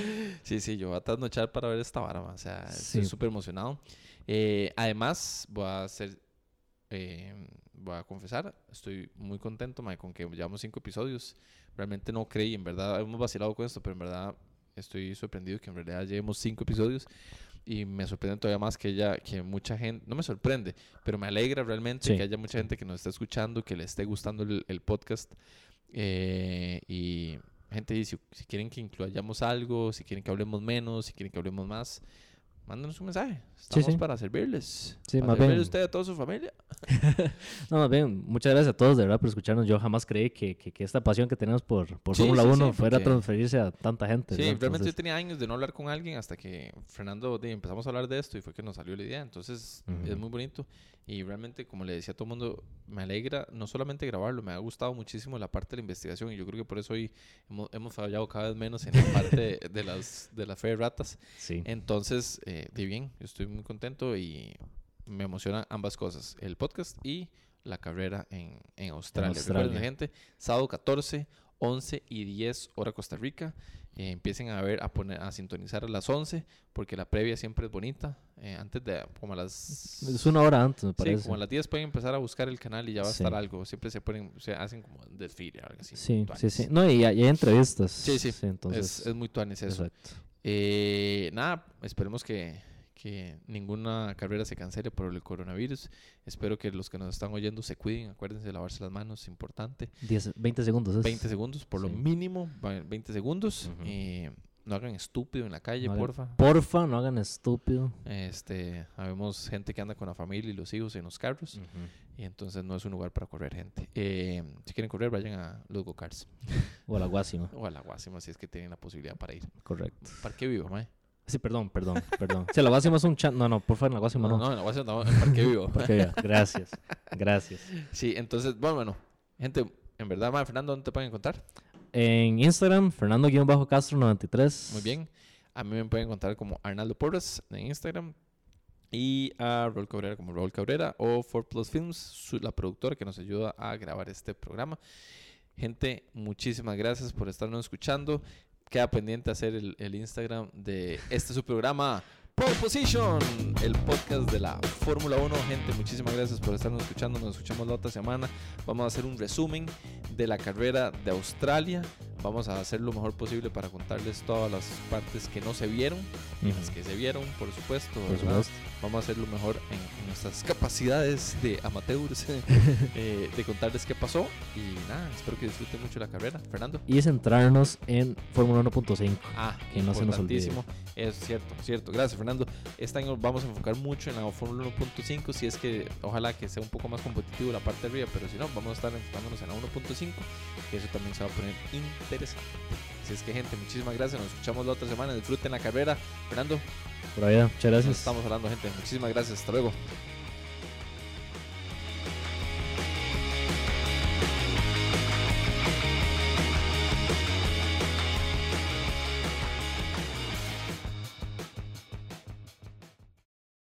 sí, sí, yo voy a trasnochar para ver esta vara, mae. o sea, estoy Sí. súper emocionado. Eh, además, voy a hacer... eh, voy a confesar, estoy muy contento mae, con que llevamos cinco episodios. Realmente no creí, en verdad, hemos vacilado con esto, pero en verdad estoy sorprendido que en realidad llevemos cinco episodios y me sorprende todavía más que ya que mucha gente, no me sorprende, pero me alegra realmente Sí, que haya mucha gente que nos está escuchando, que le esté gustando el, el podcast. Eh, y gente, y si, si quieren que incluyamos algo, si quieren que hablemos menos, si quieren que hablemos más, mándanos un mensaje. Sí, Estamos sí. para servirles. Sí, para más servirle bien. a usted y a toda su familia. No, más bien, muchas gracias a todos de verdad por escucharnos. Yo jamás creí que, que, que esta pasión que tenemos por, por Sí, Fórmula sí, 1 sí, fuera a porque- transferirse a tanta gente. Sí, ¿verdad? realmente yo Entonces, tenía años de no hablar con alguien hasta que Fernando de, empezamos a hablar de esto y fue que nos salió la idea. Entonces es Ujú. muy bonito y realmente, como le decía a todo el mundo, me alegra no solamente grabarlo, me ha gustado muchísimo la parte de la investigación y yo creo que por eso hoy hemos, hemos fallado cada vez menos en la parte de, de las, de las fe de ratas. sí. Entonces, eh, di bien, yo estoy muy contento y me emocionan ambas cosas, el podcast y la carrera en, en Australia. Recuerden, Australia. gente, sábado 14, 11 y 10 hora Costa Rica. Eh, empiecen a ver, a poner, a sintonizar a las 11, porque la previa siempre es bonita. Eh, antes de, como a las... Es una hora antes, me Sí, parece. como a las 10 pueden empezar a buscar el canal y ya va a Sí. estar algo. Siempre se ponen, se hacen como un desfile o algo así. Sí, sí, tuanis. sí. No, y hay, y hay entrevistas. Sí, sí. entonces, es, es muy tuanis eso. exacto. Eh, nada, esperemos que, que ninguna carrera se cancele por el coronavirus. Espero que los que nos están oyendo se cuiden, acuérdense de lavarse las manos, importante. 10, 20 segundos. es. 20 segundos, por lo Pues, Sí. mínimo, va- 20 segundos. Ujú. Eh, no hagan estúpido en la calle, No hagan- porfa. Porfa, no hagan estúpido. Este, habemos gente que anda con la familia y los hijos en los carros, Mm. y entonces no es un lugar para correr gente. Eh, si quieren correr, vayan a los go-karts O la guasima. o a la Guasima si es que tienen la posibilidad para ir. Correcto. Parque Vivo, mae. Sí, perdón, perdón, perdón. Si la guasima es un chat. No, no, porfa, en la guasima no. No, no, en la Guasima no, en Parque Vivo. Porque ya, gracias. Gracias. Sí, entonces, bueno, bueno. Gente, en verdad, mae, Fernando, ¿dónde te pueden encontrar? En Instagram, Fernando-Castro93. Muy bien. A mí me pueden encontrar como Arnaldo Porras en Instagram. Y a Raúl Cabrera como Raúl Cabrera o 4 Plus Films, su- la productora que nos ayuda a grabar este programa. Gente, muchísimas gracias por estarnos escuchando. Queda pendiente hacer el, el Instagram de este su programa, Pole Position, el podcast de la Fórmula 1. Gente, muchísimas gracias por estarnos escuchando. Nos escuchamos la otra semana. Vamos a hacer un resumen de la carrera de Australia. Vamos a hacer lo mejor posible para contarles todas las partes que no se vieron y Ujú. las que se vieron, por supuesto. Por ¿verdad? supuesto. Vamos a hacer lo mejor en, en nuestras capacidades de amateurs, eh, de contarles qué pasó. Y nada, espero que disfruten mucho la carrera. Fernando. Y centrarnos en Fórmula 1.5. Ah, Que no se nos olvide. importantísimo. Es cierto, cierto. Gracias, Fernando. Este año vamos a enfocar mucho en la Fórmula 1.5. Si es que ojalá que sea un poco más competitivo la parte de arriba, pero si no, vamos a estar enfocándonos en la 1.5. Que eso también se va a poner interesante. Así es que, gente, muchísimas gracias. Nos escuchamos la otra semana. Disfruten la carrera. Fernando, Por allá, muchas nos gracias. estamos hablando, gente. Muchísimas gracias. Hasta luego.